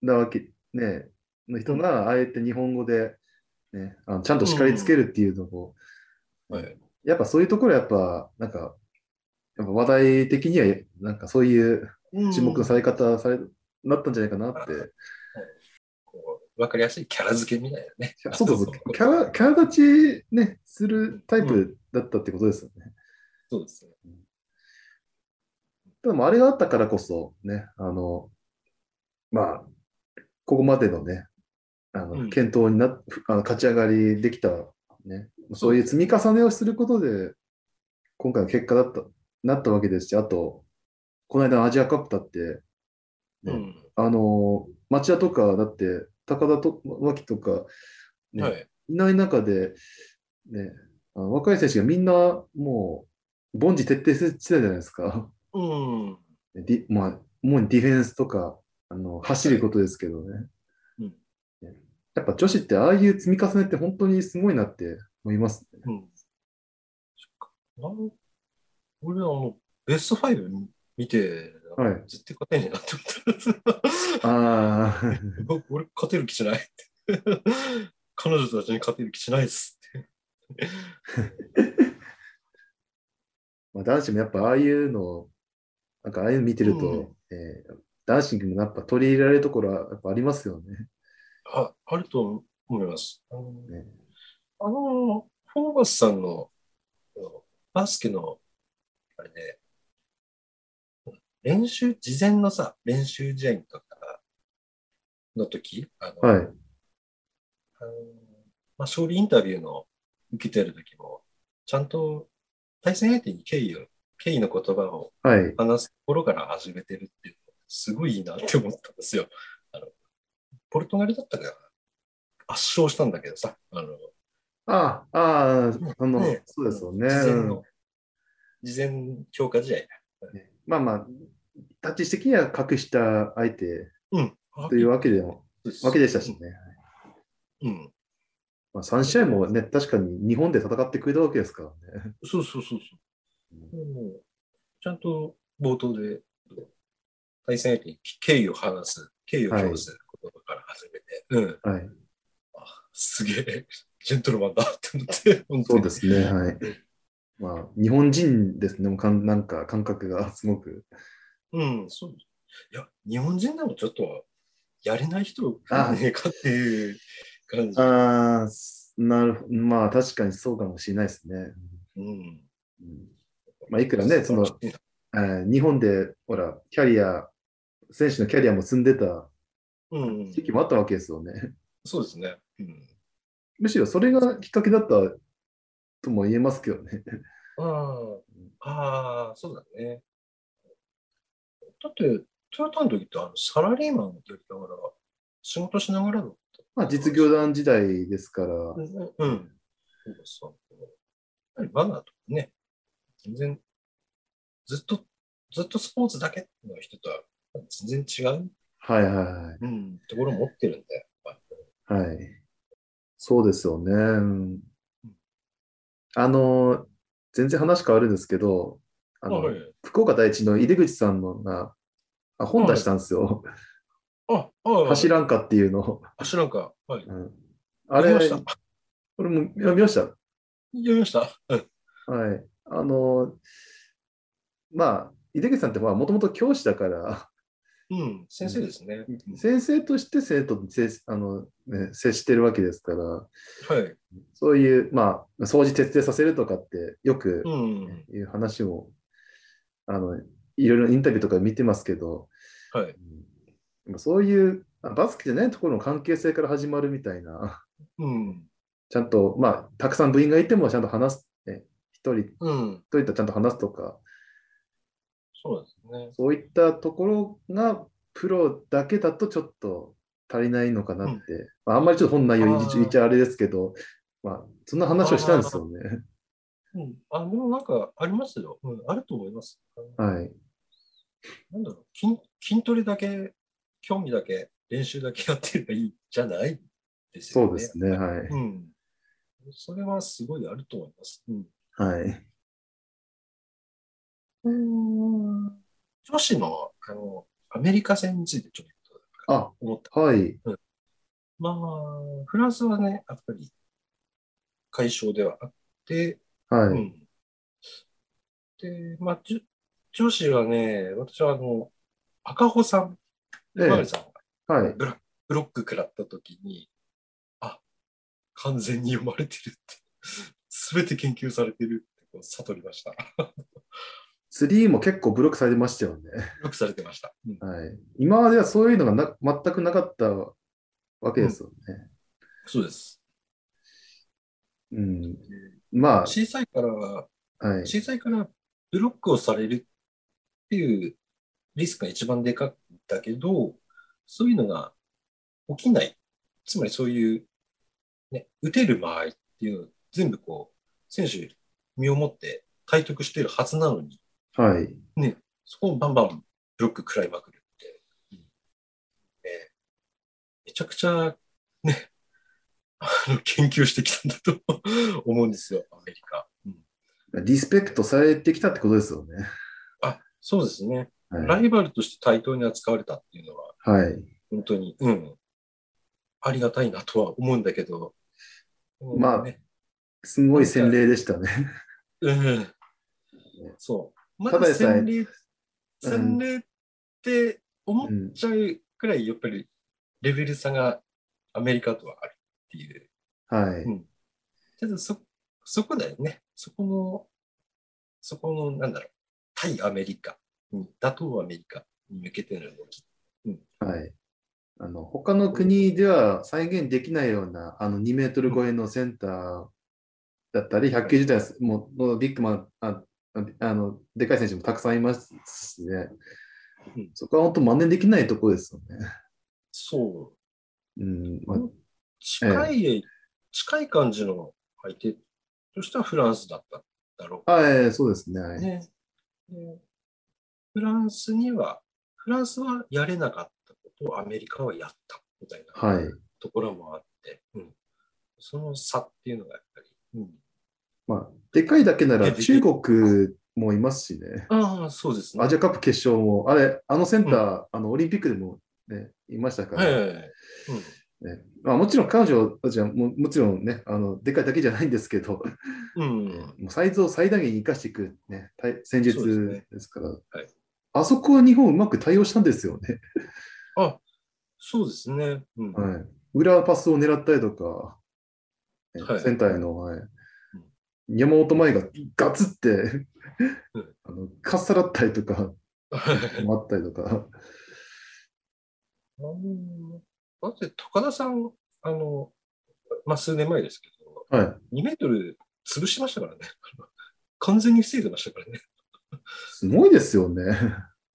なわけ、ね、の人が、ああえて日本語で、ね、あのちゃんと叱りつけるっていうのも、はい。やっぱそういうところ、やっぱ、なんか、やっぱ話題的には、なんかそういう注目のされ方され、なったんじゃないかなって。こうわかりやすいキャラ付けみたいなね。そうそうそう。キャラ、キャラ立ち、ね、するタイプだったってことですよね。そうですね。でもあれがあったからこそ、ね、あの、まあ、ここまでのね、あうの、ん検討にな、あの勝ち上がりできた、ね、そういう積み重ねをすることで、今回の結果だった、なったわけですし、あと、この間のアジアカップだって、ねうん。あの、町田とか、だって、高田と脇とか、ねはい。いない中で、ね、あの若い選手がみんなもう、凡事徹底してたじゃないですか。 うん。ディまあ、主にディフェンスとかあの走ることですけどね、うんやっぱ女子ってああいう積み重ねって本当にすごいなって思います、ね。うん。そっかあの俺、あの、ベスト5見て、はい、絶対勝てねえなって思った。ああ、僕俺勝てる気しないって彼女たちに勝てる気しないですって まあ男子もやっぱああいうの、なんかああいうの見てると、うんえー男子にもやっぱ取り入れられるところはやっぱありますよね。ああると思いますあの、ねあのフォーバスさんのあのバスケのあれで練習事前のさ練習試合とかの時あの、はい、あのまあ、勝利インタビューの受けてる時もちゃんと対戦相手に敬意を敬意の言葉をはい、話すところから始めてるっていうのすごいいいなって思ったんですよ。あのポルトガルだったから圧勝したんだけどさ、あのああ、ああ、あの、ねそうですよね。事前うんの、事前強化試合。まあまあ、タッチ的には格下相手うん。というわけでも、わけでしたしね。うん。まあ、3試合もね、確かに日本で戦ってくれたわけですからね。そうそうそうそう。もうちゃんと冒頭で対戦相手に敬意を話す、敬意を表す言葉から始めて、うん。はい。あすげえ、ジェントルマンだって思って、本当そうにです ね、はい。まあ、日本人ですね、もうかんなんか感覚がすごく。うん、そう。いや、日本人でもちょっとはやれない人多あくねえかっていう感じ。ああ、なるほど。まあ、確かにそうかもしれないですね。うん。うんまあ、いくらね、その、えー日本で、ほら、キャリア、選手のキャリアも積んでたうん、時期もあったわけですよね。そうですね。うん、むしろそれがきっかけだったとも言えますけどね。ああ、ああ、そうだね。だって、トヨタの時ってあのサラリーマンの時だから、仕事しながらの。まあ、実業団時代ですから、うん。そうやっぱりバナーとかね、全然、ずっと、ずっとスポーツだけの人とは全然違う、はいはいはい。うん、ところを持ってるんで、やっぱはい。そうですよね。うんあの、全然話変わるんですけど、あの、はい福岡第一の井出口さんのが、あ本出したんですよ。あ、あ、走らんかっていうのを。走らんか。はい。うんあ読みれま、した。俺も読みました。は読みました。うんい。あの、まあ、井出口さんってまあ、もともと教師だから、うん、先生ですね。先生として生徒に接あの、ね、接してるわけですから、はい。そういう、まあ、掃除徹底させるとかって、よくうん。いう話も、あの、いろいろインタビューとか見てますけど、はうい。んそういう、あバスケじゃないところの関係性から始まるみたいな、うん。ちゃんと、まあ、たくさん部員がいてもちゃんと話す、ね、一人、一うん。人とちゃんと話すとか、そうですね。そういったところが、プロだけだとちょっと足りないのかなって、まあ、あんまりちょっと本内容言あっーちゃ言っちゃあれですけど、まあ、そんな話をしたんですよね。うん。あ、でもなんかありますよ。うん、あると思います。あのはい。なんだろう筋、筋トレだけ、興味だけ、練習だけやってればいいじゃないですよそね。うですね。はい。うん。それはすごいあると思います。うん。はい。女子の、あの、アメリカ戦についてちょっとあ、思った。はい。まあ、フランスはね、やっぱり、解消ではあって、はい。うん。で、まあ、じゅ女子はね、私はあの、赤穂さん、ええマルさんはい。ブロック食らった時に、あ、完全に読まれてるって、すべて研究されてるってこう悟りました。ツリーも結構ブロックされてましたよね。ブロックされてました。うんはい、今まではそういうのがな全くなかったわけですよね。そうです。うんまあ、小さいから、はい、小さいからブロックをされるっていうリスクが一番でかいんだけど、そういうのが起きない。つまりそういう、ね、打てる場合っていうのを全部こう、選手身をもって体得してるはずなのに、はい、そこをバンバンブロック食らいまくるって。ねめちゃくちゃ、ね、 あの、研究してきたんだと 思うんですよ、アメリカ。うんリスペクトされてきたってことですよね。あ、そうですね。はラい、イバルとして対等に扱われたっていうのは、はい本当に、うん、ありがたいなとは思うんだけど、まあね、すごい洗礼でしたね。うん、そう。まただだでさえ洗礼、うん洗礼って思っうんちゃうくらい、やっぱりレベル差がアメリカとはあるっていう。はいうんただそ、そこだよね。そこの、そこの、なんだろう、対アメリカ、うん、打倒アメリカに向けての動き。はいあの他の国では再現できないようなあの2メートル超えのセンターだったり、190代ものビッグマンああの、でかい選手もたくさんいますしねうん、そこは本当、真似できないところですよね。そう。うんまあ近い、近い感じの相手としてはフランスだったんだろあええそうですね。はういね。でフランスには、フランスはやれなかったことをアメリカはやったみたいなはい。ところもあって、うん、その差っていうのがやっぱり、うん、まあ、でかいだけならえ中国もいますしね。ああ、そうですね。アジアカップ決勝も、あれ、あのセンター、あのオリンピックでも、ね、いましたから、はいはいはいうんねまあ、もちろん彼女たちはももちろんね、あのでかいだけじゃないんですけど、うん。もうサイズを最大限に生かしていく、ね、対戦術そうですねですから、はいあそこは日本うまく対応したんですよね。あ、そうですね。うん。はい、裏パスを狙ったりとか、ねはいセンターへの、はい山本前がガツってうん、 あのかっさらったりとか、 あもあったりとか、のだって、高田さん、あの、まあ、数年前ですけど、はい、 2メートル潰してましたからね。 完全に防いでましたからね。すごいですよね。 はい。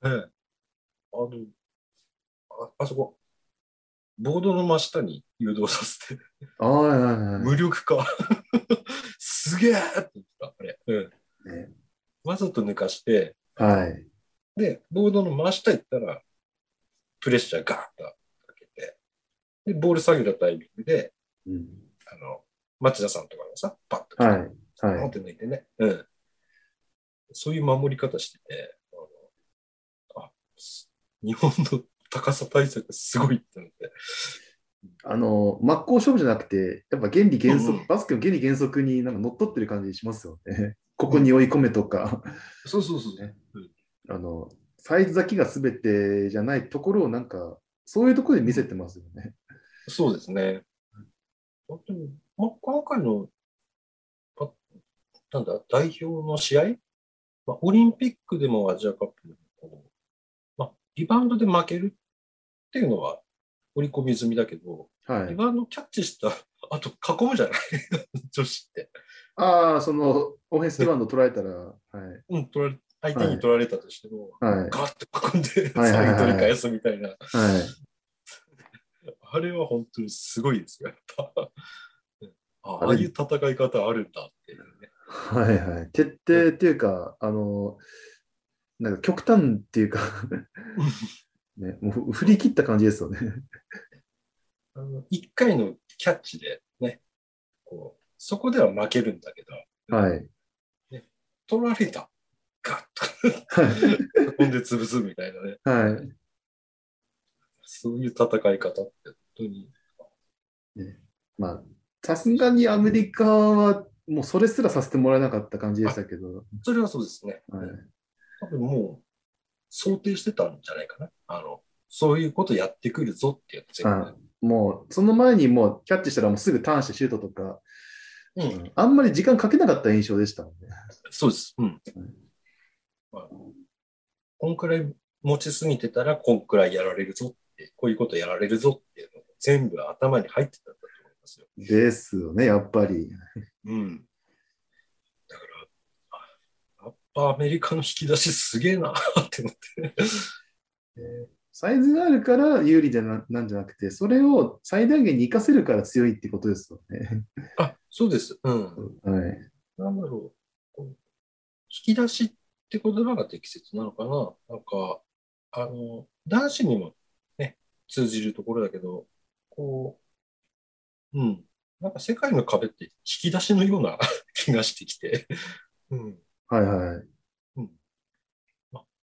あの、ああそこ、ボードの真下に誘導させて、ああはいはいはい無力化。すげえって言った、あれ。うん。ねわざと抜かして、はい。で、ボードの真下行ったら、プレッシャーガーッとかけて、で、ボール下げたタイミングで、うんあの、町田さんとかがさ、パッと来て、はい。ポンはって抜いてね。うん。そういう守り方してて、あのあ、す日本の高さ対策すごいってなって。あの、真っ向勝負じゃなくて、やっぱ原理原則、うんうんバスケの原理原則になんか乗っ取ってる感じしますよね。 ここに追い込めとか、そうそうそう。ねあの、サイズだけが全てじゃないところをなんか、そういうところで見せてますよね。そうですね。本当に、ま、今回の、あなんだ、代表の試合、ま、オリンピックでもアジアカップでもこう、ま、リバウンドで負けるっていうのは織り込み済みだけど、はリい。バウンドキャッチした後囲むじゃない 女子って。ああ、その、オフェンスリバウンド取られたら、はい。うん、取られ相手に取られたとしても、はい。ガッと囲んで、はいはいはい最後取り返すみたいな。はい。あれは本当にすごいですよ、やっぱ。ああれああいう戦い方あるんだっていうね。はいはい。徹底っていうか、あの、なんか極端っていうか ね、もう振り切った感じですよね。あの1回のキャッチでね、こう、そこでは負けるんだけど、はい。取られた。ガッはい と囲んで潰すみたいなね。はい。そういう戦い方って本当に。まあ、さすがにアメリカは、もうそれすらさせてもらえなかった感じでしたけど、それはそうですね。はい、多分もう、想定してたんじゃないかな。あの、そういうことやってくるぞってやつ。あもうその前にもうキャッチしたらもうすぐターンしてシュートとか、う、うんんあんまり時間かけなかった印象でしたもんね。そうです。うんうん。まあ、こんくらい持ちすぎてたら、こんくらいやられるぞって、こういうことやられるぞっていうのが全部頭に入ってたんだと思いますよ。ですよね、やっぱり。うん。だから、あやっぱアメリカの引き出しすげえなって思って。サイズがあるから有利じゃななんじゃなくて、それを最大限に活かせるから強いってことですよね。あ、そうです。うん。はい。なんだろう。こう引き出しって言葉が適切なのかななんか、あの、男子にもね、通じるところだけど、こう、うん。なんか世界の壁って引き出しのような 気がしてきて、うん。はいはい。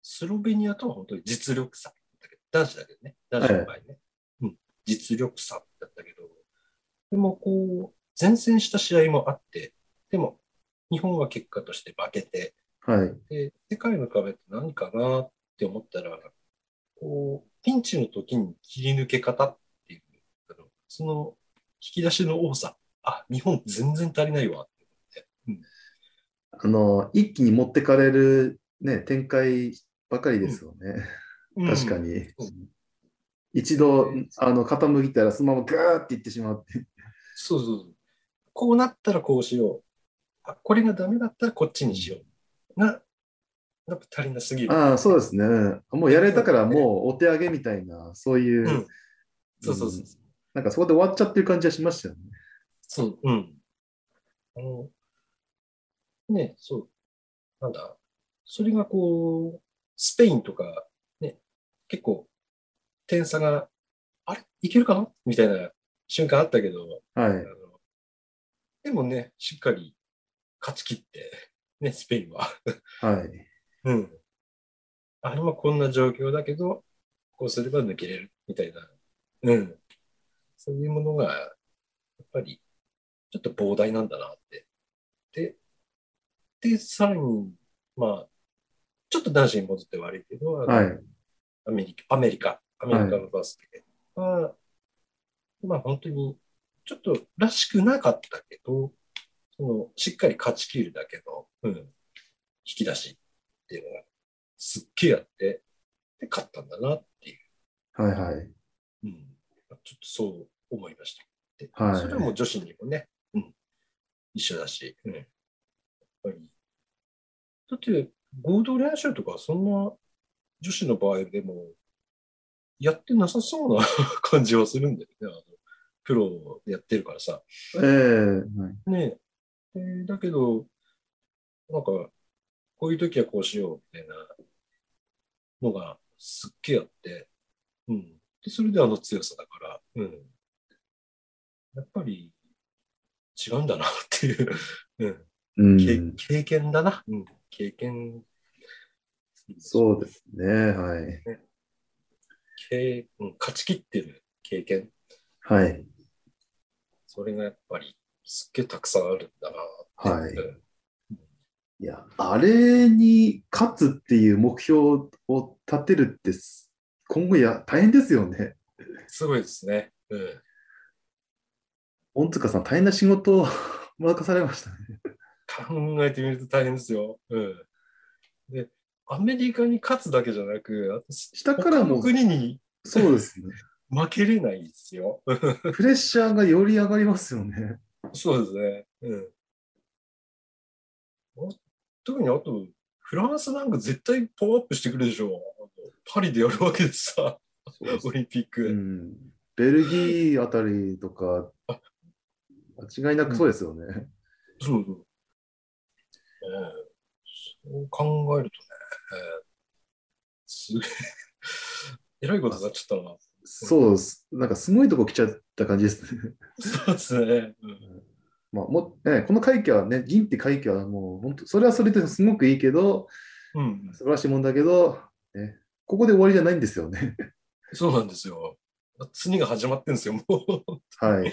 スロベニアとは本当に実力差だけど、男子だけどね、男子の場合ね、うん、実力差だったけど、でもこう、前線した試合もあって、でも、日本は結果として負けて、はい。で、世界の壁って何かなって思ったら、こう、ピンチの時に切り抜け方っていう、あのその引き出しの多さ、あ、日本全然足りないわってあの、一気に持ってかれる、ね、展開ばかりですよね。思って。確かうん。に。一度うん、あの、傾いたらそのままガーっていってしまうって。そうそうそう。こうなったらこうしよう。あ、これがダメだったらこっちにしよう。な、やっぱ足りなすぎる。ああ、そうですね。もうやれたからもうお手上げみたいな、そういう、うんそうそうそううん。なんかそこで終わっちゃってる感じはしましたよね。そう、うん。あの、ね、そう、なんだ、それがこう、スペインとか、ね、結構、点差が、あれいけるかなみたいな瞬間あったけど、はあいの。でもね、しっかり勝ち切って、ね、スペインは。はい。うん。あれはこんな状況だけど、こうすれば抜けれる、みたいな。うん。そういうものが、やっぱり、ちょっと膨大なんだなって。で、で、さらに、まあ、ちょっと男子に戻って悪いけど、あのはい。アメリカ、アメリカ、アメリカのバスケは、まあ本当に、ちょっとらしくなかったけど、その、しっかり勝ち切るだけの、うん、引き出しっていうのが、すっげえあって、で、勝ったんだなっていう、はいはい。うん、ちょっとそう思いました。ではいそれはもう女子にもね、うん、一緒だし、うん、やっぱり。だって、合同練習とか、そんな女子の場合でも、やってなさそうな 感じはするんだよね。あのプロやってるからさ。ええはいねえ。でだけど、なんか、こういう時はこうしようみたいなのがすっげえあって、うん。で、それであの強さだから、うん。やっぱり違うんだなっていう、うん。うけん。経験だな。うん。経験。そうですね。はい。経うん、勝ち切ってる経験。はい。それがやっぱりすっげえたくさんあるんだな。はいうんいや、あれに勝つっていう目標を立てるってす、今後や、大変ですよね。すごいですね。うん。恩塚さん、大変な仕事を 任されましたね。考えてみると大変ですよ。うん。で、アメリカに勝つだけじゃなく、下から他のも、国にそうですね。負けれないですよ。うんプレッシャーがより上がりますよね。そうですね。うん。あ特にあと、フランスなんか絶対パワーアップしてくるでしょう。あのパリでやるわけでさ、オリンピック。うん。ベルギーあたりとか、間違いなくそうですよね。そうそう。ええそう考えるとね、ええすげえ、 えらいことになっちゃったな。そうです。なんかすごいとこ来ちゃった感じですね。 そうですね。うんまあもね、この快挙はね、銀って快挙はもう本当、それはそれですごくいいけど、うん、素晴らしいもんだけど、ね、ここで終わりじゃないんですよね。 そうなんですよ。次が始まってんですよ、もう。はい。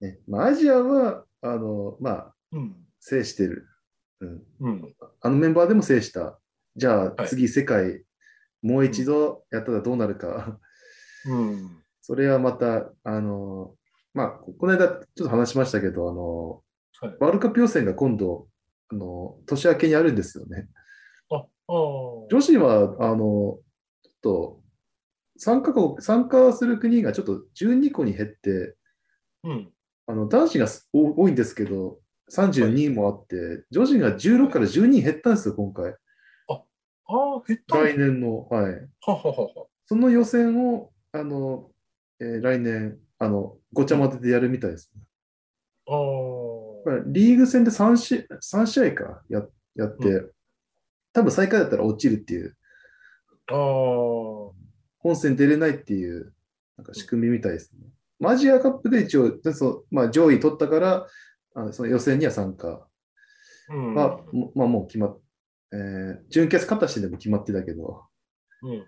ねまあ、アジアは、あの、まあ、うん。制してる。うん、うん。あのメンバーでも制した。じゃはあい次、世界、もう一度やったらどうなるか。 うん。それはまた、あの、まあ、ここの間ちょっと話しましたけど、あの、はい。ワールドカップ予選が今度、あの、年明けにあるんですよね。あ、ああ。女子は、あの、ちょっと、参加国、参加する国がちょっと12個に減って、うん。あの、男子がす多多いんですけど、32もあって、女子が16から12減ったんですよ、今回。ああ、減った。は来年の、はい。ははは。その予選を、あの、えー来年、あの、ごちゃ混ぜでやるみたいです。ああ。まあリーグ戦で3試三試合か、ややって、う多分最下位だったら落ちるっていう、ああ。本戦出れないっていう、なんか仕組みみたいですね。マジアカップで一応、でそうまあ、上位取ったから、あのその予選には参加うん。は、もまあもう決まっ、えー準決勝勝った時点でも決まってたけど、うん。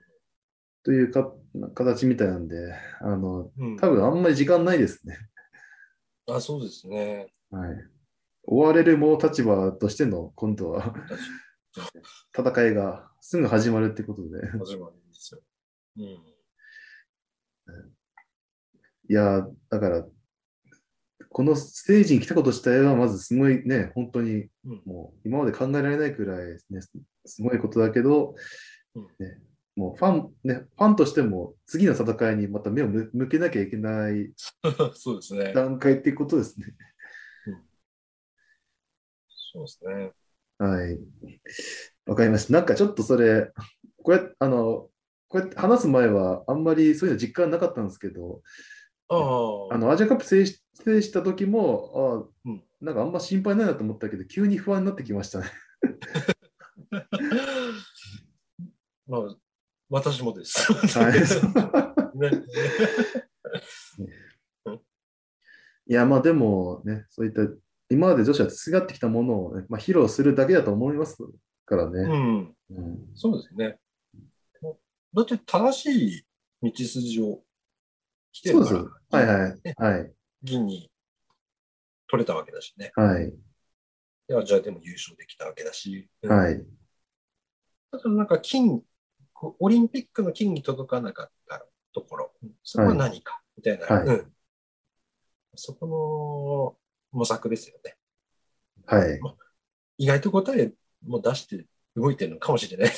というか形みたいなんで、あの、うん。多分あんまり時間ないですね。あ、そうですね。はい。追われるも立場としての今度は戦いがすぐ始まるってことで。始まるんですよ。うん。 いやー、だから、このステージに来たこと自体はまずすごいね、本当にうん。もう今まで考えられないくらいです,、ね、すごいことだけど、うんね、もうファン、ね、ファンとしても次の戦いにまた目を向向けなきゃいけないそうですね。段階っていうことですね。そうですね。はい。わかりました。なんかちょっとそれ、こうやって、あの、こうやって話す前はあんまりそういうの実感なかったんですけど、ああ。あの、アジアカップ制し制した時も、あうんなんかあんま心配ないなと思ったけど、急に不安になってきましたね。 まあ、私もです。はい。 ね。 いや、まあでもね、そういった、今まで女子は培ってきたものをね、まあ、披露するだけだと思いますからうね。ん。うんそうですね。だって正しい道筋を来てそうるですかよ。ら、はいはい。はい。銀に取れたわけだしね。はい。いやじゃあでも優勝できたわけだし。うんはい。ただなんか金、こうオリンピックの金に届かなかったところ、そこは何か、みたいな、はいうんそこの模索ですよね。はい。意外と答えも出して動いてるのかもしれない。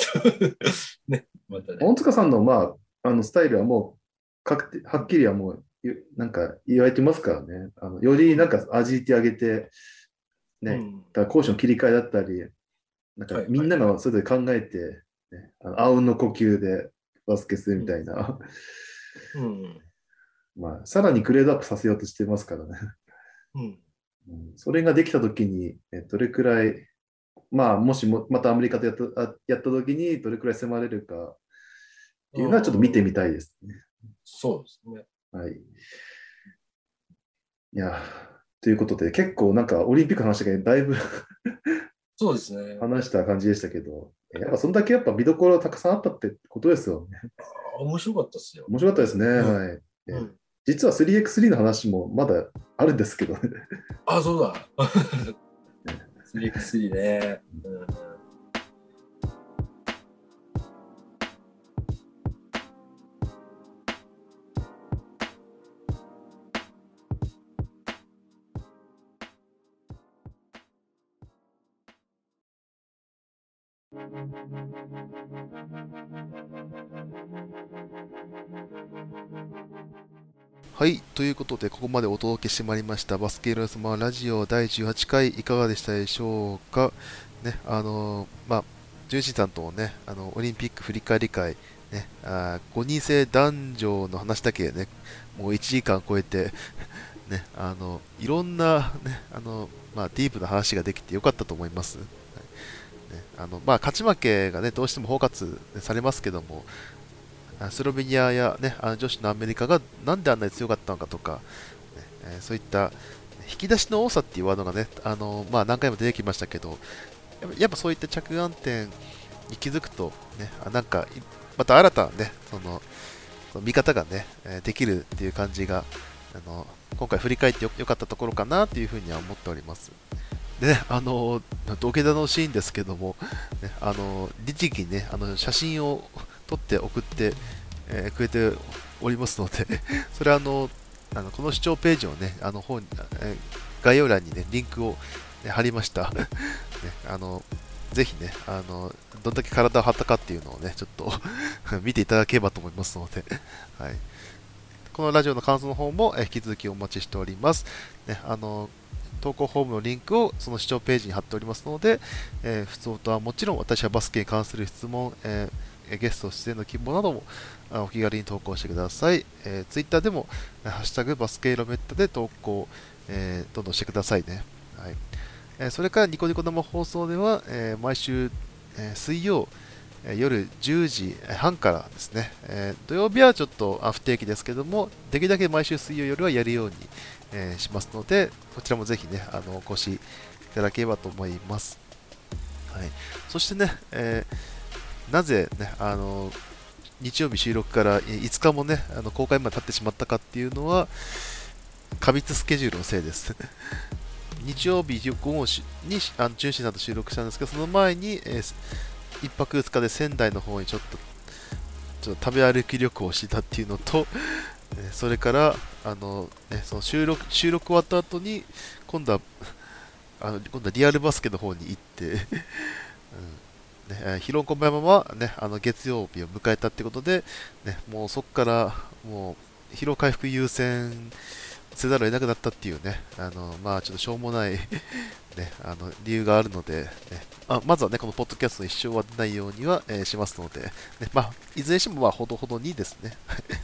ね、またね。大塚さんの、まあ、あのスタイルはもう確定、はっきりはもう、ゆなんか言われてますからね。あのよりなんか味ってあげて、ね、うんだから講師の切り替えだったり、なんかはいみんながそれぞれ考えて、ね、あのあうんの呼吸でバスケするみたいな、うん。 まあ、さらにグレードアップさせようとしてますからね。 うん。うんそれができたときに、えどれくらい、まあ、もしもまたアメリカとやったあやったときに、どれくらい迫れるかっていうのはちょっと見てみたいですね。そうですね。はい。いや、ということで、結構なんかオリンピックの話がだいぶ そうですね。話した感じでしたけど、やっぱそんだけやっぱ見どころたくさんあったってことですよね。あ面白かったですよ。面白かったですね。うんはい。う白いん、実は 3x3 の話もまだあるんですけどね。あ、そうだ。3x3 ね。うんはい、ということで、ここまでお届けしてまいりました、バスケイロスマラジオ第18回、いかがでしたでしょうか。ね、あのまあ、ジュンシーさんともね、あの、オリンピック振り返り会、ね、あ5人制男女の話だけでね、もう1時間超えて、 ね、あの、いろんな、ね、あの、まあ、ディープな話ができてよかったと思います。はいね、あの、まあ、勝ち負けがね、どうしても包括されますけども、あスロベニアや、ね、あの女子のアメリカがなんであんなに強かったのかとか、ねえーそういった引き出しの多さっていうワードがね、あのまあ、何回も出てきましたけど、やっぱやっぱそういった着眼点に気づくと、ね、あなんかいまた新たな、ね、そのその見方がね、えーできるっていう感じが、あの今回振り返ってよよかったところかなというふうには思っております。でね、あの土下座のシーンですけども、ね、あの律儀にね、あの写真を撮って送って、えーくれておりますので、 それはあのあのこの視聴ページをね、あの本に、えー概要欄にね、リンクを、ね貼りました。 ね、あのぜひね、あのどんだけ体を張ったかっていうのをね、ちょっと 見ていただければと思いますので、 はい、このラジオの感想の方も、えー引き続きお待ちしております。ね、あの投稿フォームのリンクをその視聴ページに貼っておりますので、えー、普通とはもちろん私はバスケに関する質問、えーゲスト出演の希望などもあお気軽に投稿してください。えー、ツイッターでも、えーハッシュタグバスケイロメッタで投稿、えーどんどんしてくださいね。はいえーそれからニコニコ生放送では、えー毎週、えー水曜、えー夜10時半からですね、えー土曜日はちょっとあ不定期ですけども、できるだけ毎週水曜夜はやるように、えーしますので、こちらもぜひね、あのお越しいただければと思います。はい、そしてね、えーなぜね、あの日曜日収録からえー5日もねあの公開まで経ってしまったかっていうのは過密スケジュールのせいです 日曜日午後しにあの中止など収録したんですけどその前に、え1泊2日で仙台の方にちょっとちょっと食べ歩き旅行をしてたっていうのと、えーそれからあの、ね、その収録収録終わった後に今度はあの今度はリアルバスケの方に行って、うんねえー、ヒロコマヤマは、ね、あの月曜日を迎えたってことで、ね、もうそこからもう疲労回復優先せざるを得なくなったっていうね、あのまあ、ちょっとしょうもない 、ね、あの理由があるので、ねあ、まずはね、このポッドキャストの一生は出ないようには、えーしますので、ねまあ、いずれにしてもまあほどほどにですね。 はい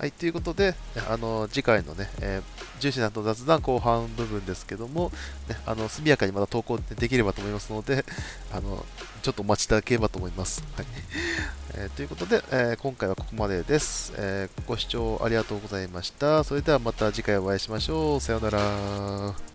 はい、ということで、あの次回のね、えー、ジューシーなと雑談後半部分ですけども、ね、あの速やかにまた投稿できればと思いますので、あのちょっとお待ちいただければと思います。はい えーということで、えー今回はここまでです、えーご視聴ありがとうございました。それではまた次回お会いしましょう。さようなら。